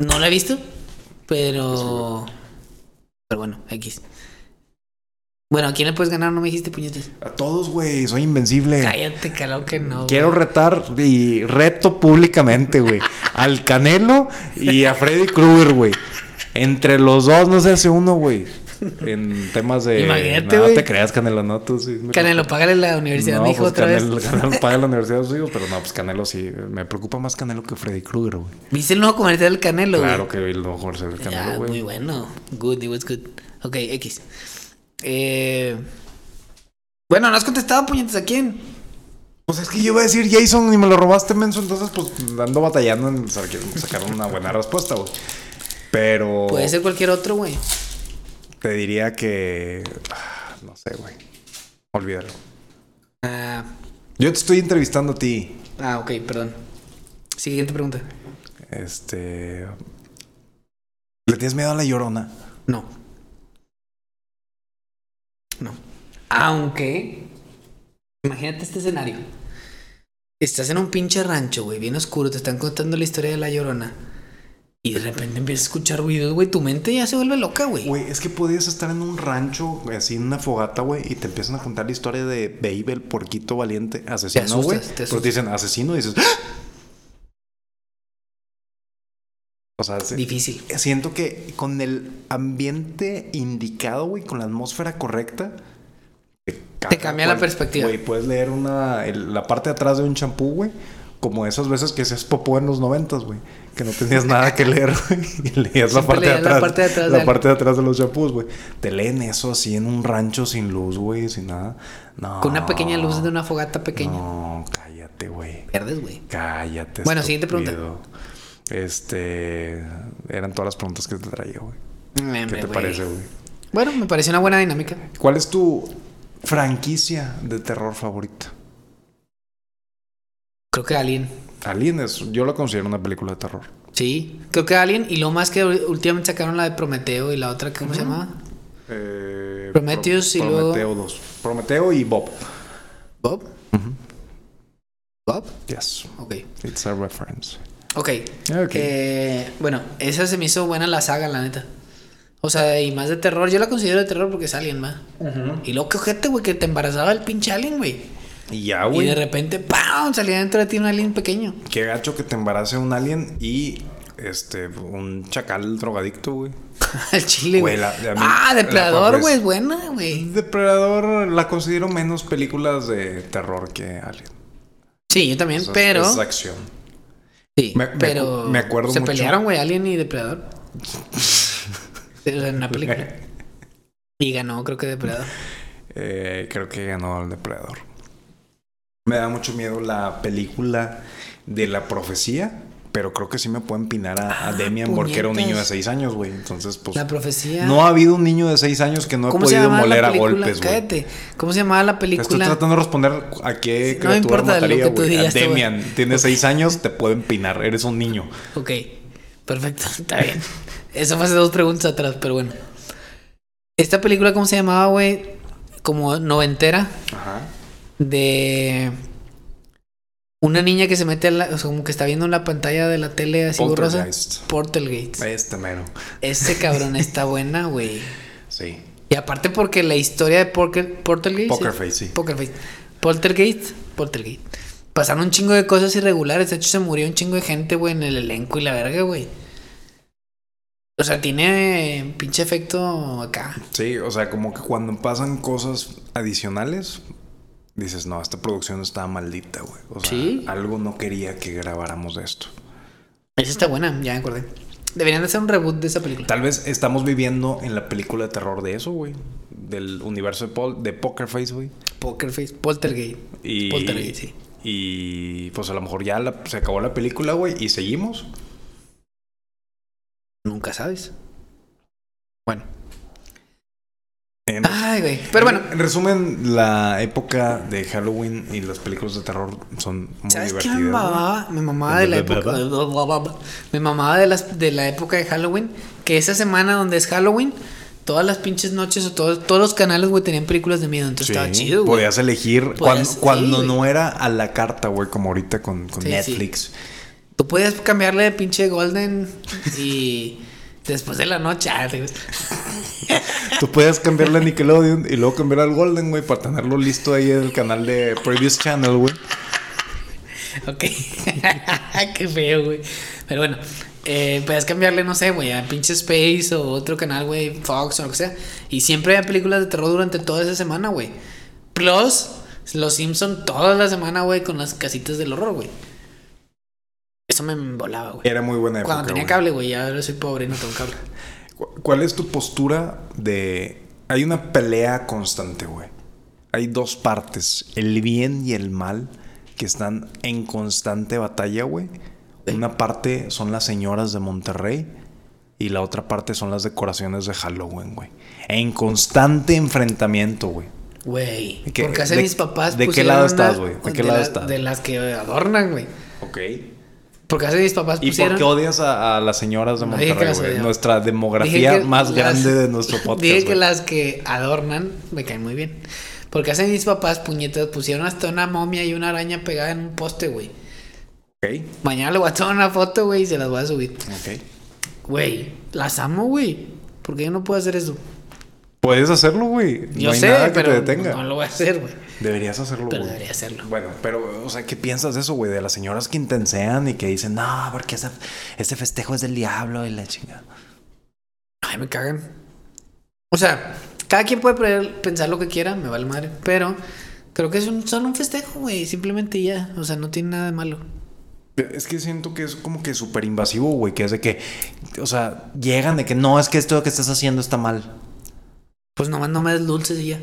S1: no la he visto, pero. Pero bueno, X. Bueno, ¿a quién le puedes ganar? No me dijiste puñetes.
S2: A todos, güey, soy invencible.
S1: Cállate, claro que no. güey.
S3: Quiero retar y reto públicamente, güey. Al Canelo y a Freddy Krueger, güey.
S2: Entre los dos no se hace uno, güey. En temas de.
S1: Imagínate,
S2: no
S1: güey.
S2: te creas, Canelo, no, tú sí. me-
S1: Canelo, págale la universidad,
S2: no,
S1: me dijo
S2: pues
S1: otra
S2: Canelo,
S1: vez.
S2: (laughs)
S1: (laughs)
S2: Canelo paga la universidad de sus hijos, pero no, pues Canelo sí. Me preocupa más Canelo que Freddy Krueger, güey.
S1: ¿Viste el nuevo comercial del Canelo, güey?
S2: Claro que el mejor es el
S1: Ah,
S2: Canelo,
S1: muy
S2: güey.
S1: bueno. Good, it was good. Ok, X. Eh, Bueno, no has contestado, puñetes, ¿a quién?
S2: Pues es que yo iba a decir Jason y me lo robaste, menso. Entonces, pues ando batallando en sa- sacar
S1: (laughs)
S2: una buena respuesta, güey. Pero.
S1: Puede ser cualquier otro, güey.
S2: Te diría que. ah, No sé, güey. Olvídalo.
S1: Ah,
S2: Yo te estoy entrevistando a ti.
S1: ah, ok, perdón. Siguiente pregunta.
S2: Este. ¿Le tienes miedo a la llorona?
S1: No. No. Aunque. Imagínate este escenario. Estás en un pinche rancho, güey, bien oscuro, te están contando la historia de la llorona. Y de repente empiezas a escuchar ruidos, güey. Tu mente ya se vuelve loca, güey.
S2: Güey, es que podías estar en un rancho, güey, así en una fogata, güey, y te empiezan a contar la historia de Babe, el porquito valiente
S1: Te
S2: asesino,
S1: asustas,
S2: güey.
S1: te
S2: Pero
S1: asustas.
S2: te dicen asesino y dices. "¡Ah!". O sea, sí-
S1: Difícil.
S2: siento que con el ambiente indicado, güey, con la atmósfera correcta. Te, caga
S1: cambia la
S2: cual-
S1: perspectiva.
S2: Güey, puedes leer una, el- la parte de atrás de un champú, güey. Como esas veces que hacías popó en los noventas, güey. Que no tenías nada que leer, (laughs) güey. Y leías la
S1: Siempre
S2: parte, de
S1: leías la
S2: atrás,
S1: parte de atrás de
S2: La
S1: algo.
S2: parte de atrás de los champús, güey. Te leen eso así en un rancho sin luz, güey, sin nada. No.
S1: Con una pequeña luz de una fogata pequeña.
S2: No, cállate, güey.
S1: Verdes, güey.
S2: Cállate.
S1: Bueno, siguiente pregunta.
S2: estúpido. Este. Eran todas las preguntas que te traía, güey.
S1: Hombre,
S2: ¿Qué te
S1: güey.
S2: parece, güey?
S1: Bueno, me parece una buena dinámica.
S2: ¿Cuál es tu franquicia de terror favorita?
S1: Creo que Alien.
S2: Alien es, yo lo considero una película de terror.
S1: Sí, creo que Alien. Y lo más que últimamente sacaron la de Prometeo y la otra, ¿cómo se llamaba?
S2: Eh,
S1: Prometheus y luego-
S2: Prometeo 2. Prometeo y Bob.
S1: Bob. Bob.
S2: Yes,
S1: Ok.
S2: it's a reference.
S1: Ok.
S2: Ok.
S1: Eh, bueno, esa se me hizo buena la saga, la neta. O sea, y más de terror. Yo la considero de terror porque es Alien, más. Y lo que ojete, güey, que te embarazaba el pinche Alien, güey.
S2: Y ya,
S1: Y de
S2: güey.
S1: repente, ¡pam! Salía dentro de ti un Alien pequeño. (laughs)
S2: Qué gacho que te embarace un alien y este un chacal drogadicto, güey.
S1: Al chile,
S2: Güey,
S1: güey.
S2: la- la-
S1: Ah,
S2: la-
S1: Depredador,
S2: la-
S1: güey, es buena, güey.
S2: Depredador la considero menos películas de terror que Alien.
S1: Sí, yo también,
S2: Es-
S1: pero.
S2: es acción.
S1: Sí,
S2: Me- me acu-
S1: pero.
S2: me acuerdo
S1: Se
S2: mucho.
S1: pelearon, güey, Alien y Depredador.
S2: (laughs)
S1: O sea, en una película. Y ganó, creo que Depredador.
S2: Eh, creo que ganó el Depredador. Me da mucho miedo la película de la profecía, pero creo que sí me puedo empinar a, a Demian porque era un niño
S1: Ah,
S2: de
S1: puñetas.
S2: 6 años, güey. Entonces, pues.
S1: La profecía.
S2: No ha habido un niño de 6 años que no ha podido
S1: llamaba la
S2: moler a
S1: película?
S2: golpes, güey.
S1: Cállate. ¿Cómo se llamaba la
S2: Te estoy
S1: película?
S2: tratando de responder a qué
S1: Sí, no me
S2: criatura
S1: importa lo
S2: mataría,
S1: que tú
S2: güey. A
S1: digas, tú, güey.
S2: Demian, tienes 6 años, te puedo empinar. Eres un niño.
S1: Ok, perfecto, (laughs) está bien. Eso fue hace dos preguntas atrás, pero bueno. Esta película, ¿cómo se llamaba, güey? Como noventera.
S2: Ajá.
S1: de una niña que se mete a la, o sea, como que está viendo en la pantalla de la tele así borrosa.
S2: Poltergeist.
S1: Portalgates.
S2: Este mero.
S1: Ese cabrón está buena, güey.
S2: Sí.
S1: Y aparte porque la historia de Porker, Portalgates.
S2: Poker Face, sí.
S1: Pokerface. Poltergeist. Poltergeist. Pasaron un chingo de cosas irregulares. De hecho, se murió un chingo de gente, güey, en el elenco y la verga, güey. O sea, tiene pinche efecto acá.
S2: Sí, o sea, como que cuando pasan cosas adicionales, dices, no, esta producción está maldita, güey. O sea,
S1: Sí.
S2: algo no quería que grabáramos de esto.
S1: Esa está buena, ya me acordé. Deberían hacer un reboot de esa película.
S2: Tal vez estamos viviendo en la película de terror de eso, güey. Del universo de, Paul, de Poker Face, güey.
S1: Pokerface, Poltergeist.
S2: Y,
S1: Poltergeist, sí.
S2: Y pues a lo mejor ya la- se acabó la película, güey, y seguimos.
S1: Nunca sabes. Bueno.
S2: En-
S1: Ay, güey. Pero bueno,
S2: En resumen, la época de Halloween y las películas de terror son muy
S1: ¿sabes qué
S2: divertidas.
S1: me
S2: güey.
S1: mamaba? Me mamaba de la época. (laughs) Me mamaba de, las, de la época de Halloween. Que esa semana donde es Halloween, todas las pinches noches o todos, todos los canales, güey, tenían películas de miedo. Entonces
S2: Sí,
S1: estaba chido, güey.
S2: Podías elegir
S1: Podías-
S2: cuando,
S1: sí,
S2: cuando
S1: güey.
S2: no era a la carta, güey, como ahorita con, con
S1: Sí, sí.
S2: Netflix.
S1: Tú podías cambiarle de pinche Golden y después de la noche. ah, te-
S2: Tú puedes cambiarle a Nickelodeon y luego cambiar al Golden, güey, para tenerlo listo ahí en el canal de Previous Channel, güey.
S1: (laughs) Ok. Qué feo, güey. Pero bueno, eh, puedes cambiarle, no sé, güey, a pinche Space o otro canal, güey, Fox o lo que sea. Y siempre hay películas de terror durante toda esa semana, güey. Plus, Los Simpson toda la semana, güey, con las casitas del horror, güey. Eso me volaba, güey.
S2: Era muy buena época.
S1: Cuando tenía
S2: güey.
S1: cable, güey, ya ahora soy pobre y no tengo cable.
S2: ¿Cu- ¿Cuál es tu postura de... Hay una pelea constante, güey. Hay dos partes, el bien y el mal, que están en constante batalla, güey. Una parte son las señoras de Monterrey y la otra parte son las decoraciones de Halloween, güey. En constante enfrentamiento, güey.
S1: Güey.
S2: ¿De qué-
S1: Por casa de,
S2: de-
S1: mis papás.
S2: de qué
S1: pusieron
S2: lado estás,
S1: una-
S2: güey? ¿De qué
S1: de
S2: lado
S1: la-
S2: estás?
S1: De las que adornan, güey.
S2: Ok.
S1: Por casa de mis papás
S2: ¿Y
S1: pusieron.
S2: por qué odias a, a las señoras de
S1: No dije que
S2: Monterrey,
S1: las
S2: güey?
S1: odiaba.
S2: Nuestra
S1: Dije
S2: demografía
S1: que
S2: más
S1: las-
S2: grande de nuestro
S1: (laughs)
S2: podcast,
S1: Dije que
S2: güey.
S1: las que adornan me caen muy bien. Porque hace mis papás puñetas pusieron hasta una momia y una araña pegada en un poste, güey.
S2: Ok,
S1: Mañana le voy a tomar una foto, güey, y se las voy a subir.
S2: ok.
S1: Güey, las amo, güey. Porque yo no puedo hacer eso.
S2: Puedes hacerlo, güey.
S1: Yo
S2: no hay
S1: sé,
S2: nada que
S1: pero
S2: te detenga.
S1: no lo voy a hacer, güey.
S2: Deberías hacerlo,
S1: Pero
S2: güey.
S1: debería hacerlo.
S2: Bueno, pero, o sea, ¿qué piensas de eso, güey? De las señoras que intensean y que dicen, no, porque ese, ese festejo es del diablo y la chingada.
S1: Ay, me cagan. O sea, cada quien puede pre- pensar lo que quiera, me vale madre. Pero creo que es un, solo un festejo, güey. Simplemente ya. O sea, no tiene nada de malo.
S2: Es que siento que es como que súper invasivo, güey, que es de que, o sea, llegan de que no, es que esto que estás haciendo está mal.
S1: Pues nomás no me des dulces
S2: (laughs)
S1: y ya.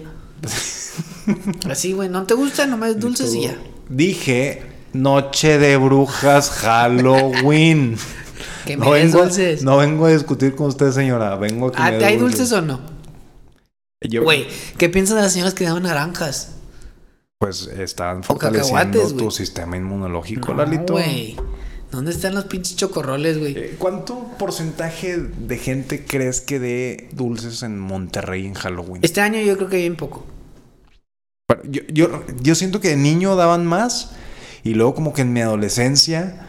S1: Así, güey. No te gusta, no me des dulces y ya.
S2: Dije, noche de brujas, Halloween.
S1: (laughs) Que me
S2: no,
S1: des
S2: vengo, a-
S1: dulces.
S2: no vengo a discutir con usted, señora. Vengo a que
S1: Ah,
S2: me
S1: ¿te
S2: dé
S1: ¿Hay dulces o no?
S2: Yo-
S1: Güey, ¿qué piensas de las señoras que daban naranjas?
S2: Pues están
S1: cacahuates,
S2: fortaleciendo
S1: güey.
S2: tu sistema inmunológico,
S1: No,
S2: Lalito.
S1: Güey. ¿Dónde están los pinches chocorroles, güey?
S2: Eh, ¿Cuánto porcentaje de gente crees que dé dulces en Monterrey en Halloween?
S1: Este año yo creo que bien poco.
S2: Pero Yo, yo- yo siento que de niño daban más y luego como que en mi adolescencia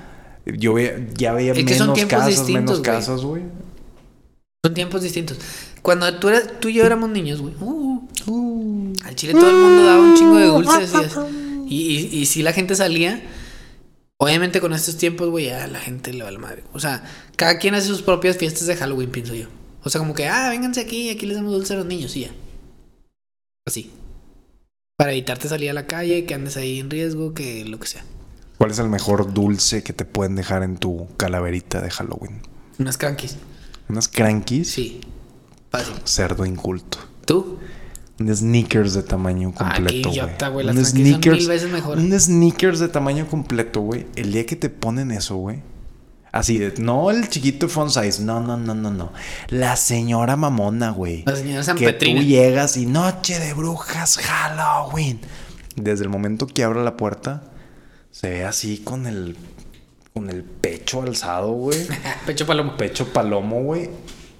S2: yo ve- ya veía
S1: Es que son
S2: menos
S1: tiempos
S2: casas, menos
S1: distintos, güey.
S2: casas, güey.
S1: Son tiempos distintos. Cuando tú, eras- tú y yo éramos niños, güey. uh, al Chile todo el mundo daba un chingo de dulces. (laughs) y- Y, y, si la gente salía, obviamente con estos tiempos, güey, a la gente le va la madre. O sea, cada quien hace sus propias fiestas de Halloween, pienso yo. O sea, como que, ah, vénganse aquí, aquí les damos dulces a los niños y ya. Así. Para evitarte salir a la calle, que andes ahí en riesgo, que lo que sea.
S2: ¿Cuál es el mejor dulce que te pueden dejar en tu calaverita de Halloween?
S1: Unas canquis.
S2: ¿Unas crankies?
S1: Sí. Fácil.
S2: Cerdo inculto.
S1: ¿Tú?
S2: Un sneakers de tamaño
S1: Ah, qué
S2: completo,
S1: idiota,
S2: güey.
S1: güey, las
S2: Un
S1: Nike son
S2: sneakers.
S1: mil veces mejor.
S2: Un sneakers de tamaño completo, güey. El día que te ponen eso, güey. Así de, no el chiquito font size, no, no, no, no, no. La señora mamona, güey.
S1: La señora San
S2: Que
S1: Petrina.
S2: tú llegas y noche de brujas, Halloween. Desde el momento que abro la puerta, se ve así con el, con el pecho alzado, güey.
S1: (laughs) Pecho palomo.
S2: pecho palomo, güey.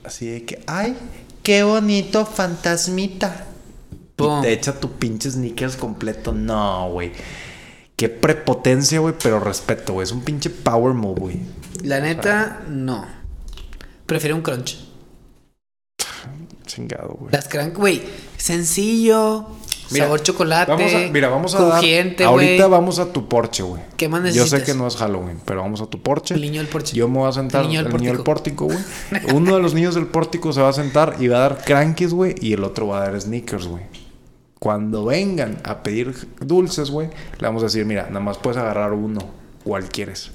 S2: Así de que, ay, qué bonito fantasmita.
S1: Pum.
S2: Y te echa tu pinche sneakers completo. No, güey. Qué prepotencia, güey, pero respeto, güey. Es un pinche power move, güey.
S1: La neta, no. Prefiero un crunch.
S2: Chingado, güey.
S1: Las crunch, güey. Sencillo.
S2: Mira,
S1: sabor chocolate.
S2: Vamos a, mira, vamos a dar-
S1: crujiente, güey.
S2: ahorita vamos a tu porche, güey.
S1: ¿Qué más
S2: Yo
S1: necesitas?
S2: sé que no es Halloween, pero vamos a tu porche.
S1: El niño del porche.
S2: Yo me voy a sentar
S1: El niño del
S2: el niño del pórtico, güey.
S1: (laughs)
S2: Uno de los niños del pórtico se va a sentar y va a dar crankies, güey, y el otro va a dar sneakers, güey. Cuando vengan a pedir dulces, güey, le vamos a decir, mira, nada más puedes agarrar uno, cual quieres.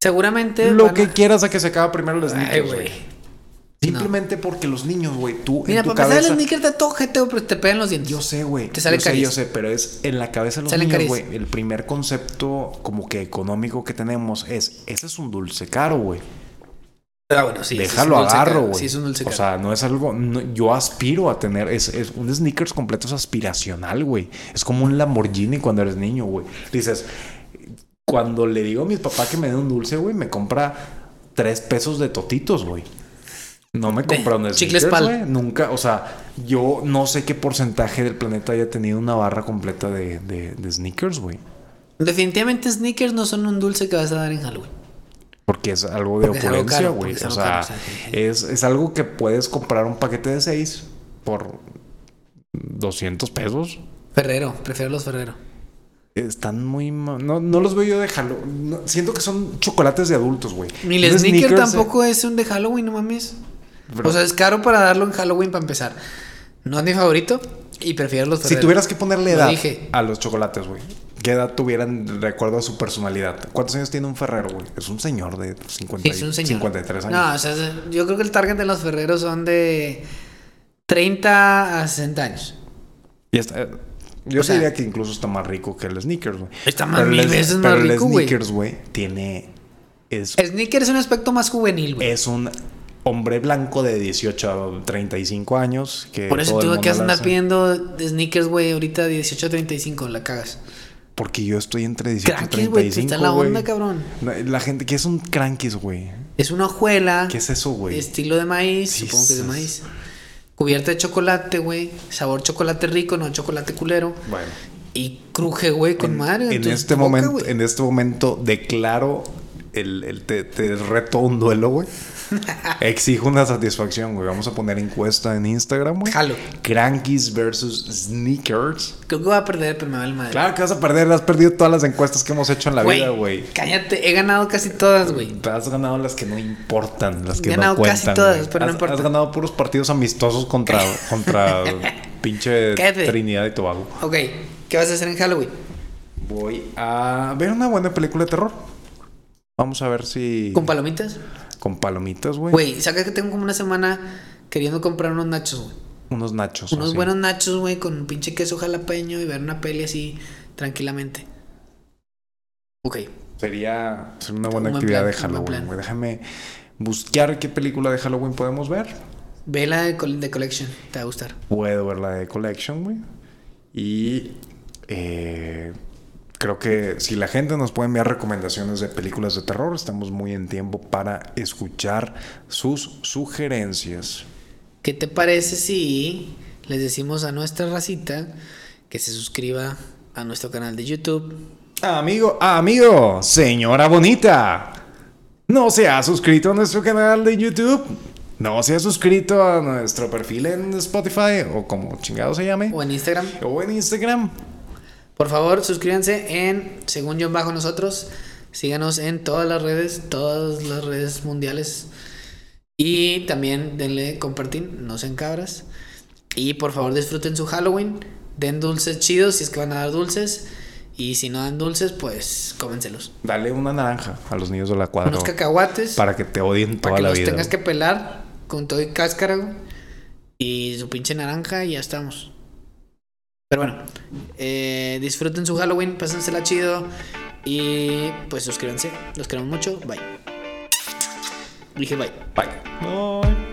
S1: Seguramente.
S2: Lo
S1: van
S2: que
S1: a-
S2: quieras a que se acabe primero el
S1: Ay,
S2: sneakers,
S1: güey.
S2: güey. Simplemente porque los niños, güey, tú
S1: Mira, pues, para
S2: en tu
S1: empezar,
S2: cabeza...
S1: el sneaker está todo ojete, güey, pero te pegan los dientes.
S2: Yo sé, güey.
S1: Te salen
S2: yo sé,
S1: caries.
S2: yo sé, pero es en la cabeza de los
S1: Salen
S2: niños,
S1: caries.
S2: güey. El primer concepto como que económico que tenemos es, ese es un dulce caro, güey.
S1: Ah, bueno, sí. sí es un
S2: Déjalo
S1: dulce
S2: agarro,
S1: caro,
S2: güey.
S1: Sí, es un dulce
S2: O
S1: caro.
S2: sea, no es algo. no- yo aspiro a tener. Es, es- un sneakers completo es aspiracional, güey. Es como un Lamborghini cuando eres niño, güey. Dices, cuando le digo a mis papás que me den un dulce, güey, me compra tres pesos de totitos, güey. No me compra un
S1: chicles
S2: sneakers,
S1: pal.
S2: güey. Nunca, o sea, yo no sé qué porcentaje del planeta haya tenido una barra completa de, de, de sneakers, güey.
S1: Definitivamente, sneakers no son un dulce que vas a dar en Halloween.
S2: Porque es algo de
S1: Porque es algo
S2: opulencia,
S1: caro,
S2: güey.
S1: porque es
S2: O
S1: algo
S2: sea,
S1: caro, o sea,
S2: es, es algo que puedes comprar un paquete de seis por 200 pesos.
S1: Ferrero, prefiero los Ferrero.
S2: Están muy... ma- No, no los veo yo de Halo- no, siento que son chocolates de adultos, güey.
S1: Ni
S2: Un
S1: el sneaker
S2: Snickers,
S1: tampoco es un de Halloween, no mames.
S2: eh. Bro.
S1: O sea, es caro para darlo en Halloween para empezar. No es mi favorito y prefiero los
S2: Si
S1: Ferrero.
S2: tuvieras que ponerle
S1: Lo
S2: edad
S1: dije.
S2: a los chocolates, güey. ¿Qué edad tuvieran de acuerdo a su personalidad? ¿Cuántos años tiene un Ferrero, güey? Es un señor de 50
S1: Sí,
S2: y-
S1: es un señor.
S2: 53 años.
S1: No, o sea, yo creo que el target de los Ferreros son de 30 a 60 años.
S2: Y está- yo
S1: O sea-
S2: diría que incluso está más rico que el Snickers, güey.
S1: Está más
S2: Pero el
S1: mil
S2: es-
S1: veces más
S2: pero el
S1: rico, güey.
S2: Snickers, güey, tiene... Es,
S1: El sneaker es un aspecto más juvenil, güey.
S2: es un hombre blanco de 18 a 35 años que...
S1: Por eso
S2: Eh, todo el
S1: tú que
S2: mundo
S1: andar
S2: lanza.
S1: pidiendo de sneakers, güey, ahorita de 18 a 35, la cagas.
S2: Porque yo estoy entre 18 y
S1: Crankies, güey,
S2: 35,
S1: tú está en la
S2: güey.
S1: onda, cabrón.
S2: La, la gente... ¿Qué es un crankies, güey?
S1: Es una hojuela.
S2: ¿Qué es eso, güey?
S1: Estilo de maíz,
S2: Sí,
S1: supongo que es de
S2: sí.
S1: maíz. Cubierta de chocolate, güey. Sabor chocolate rico, no chocolate culero.
S2: Bueno.
S1: Y cruje, güey, con madre.
S2: En
S1: tu
S2: este,
S1: boca,
S2: momento,
S1: güey.
S2: en este momento declaro, el, el- te, te reto a un
S1: (laughs)
S2: duelo, güey. Exijo una satisfacción, güey. Vamos a poner encuesta en Instagram, güey.
S1: Jalo.
S2: Crankies versus sneakers.
S1: Creo que voy a perder, pero me vale madre.
S2: Claro que vas a perder, has perdido todas las encuestas que hemos hecho en la
S1: Güey,
S2: vida, güey.
S1: Cállate, he ganado casi todas, güey.
S2: Te has ganado las que no importan, las que
S1: He ganado
S2: no cuentan.
S1: casi todas,
S2: güey.
S1: pero no
S2: Has-
S1: importa.
S2: Has ganado puros partidos
S1: (laughs)
S2: amistosos contra, contra pinche
S1: Cállate.
S2: Trinidad y Tobago.
S1: Ok, ¿qué vas a hacer en Halloween?
S2: Voy a ver una buena película de terror. Vamos a ver si.
S1: ¿Con palomitas?
S2: Con palomitas, güey.
S1: Güey, saca que tengo como una semana queriendo comprar unos nachos, güey.
S2: Unos nachos.
S1: Unos
S2: así.
S1: buenos nachos, güey, con un pinche queso jalapeño y ver una peli así tranquilamente. Ok,
S2: Sería sería una
S1: Un
S2: buena
S1: buen
S2: actividad
S1: plan,
S2: de
S1: un buen
S2: Halloween,
S1: plan.
S2: güey. Déjame buscar qué película de Halloween podemos ver.
S1: ve la de, Col- de Collection, te va a gustar.
S2: Puedo ver la de Collection, güey. Y. eh, creo que si la gente nos puede enviar recomendaciones de películas de terror, estamos muy en tiempo para escuchar sus sugerencias.
S1: ¿Qué te parece si les decimos a nuestra racita que se suscriba a nuestro canal de YouTube?
S2: Amigo, amigo, señora bonita, ¿no se ha suscrito a nuestro canal de YouTube? ¿No se ha suscrito a nuestro perfil en Spotify o como chingado se llame?
S1: O en Instagram.
S2: ¿O en Instagram?
S1: Por favor, suscríbanse en Según Yo Bajo Nosotros. Síganos en todas las redes, todas las redes mundiales. Y también denle compartir, no sean cabras. Y por favor disfruten su Halloween. Den dulces chidos si es que van a dar dulces. Y si no dan dulces, pues cómenselos.
S2: Dale una naranja a los niños de la cuadra
S1: Unos
S2: güey,
S1: cacahuates para,
S2: para que te odien toda
S1: que
S2: la
S1: los
S2: vida.
S1: tengas que pelar con todo y cáscara. güey. Y su pinche naranja y ya estamos. Pero bueno, eh, disfruten su Halloween, pásensela chido. Y pues suscríbanse, los queremos mucho. Bye. Dije bye.
S2: Bye. Bye.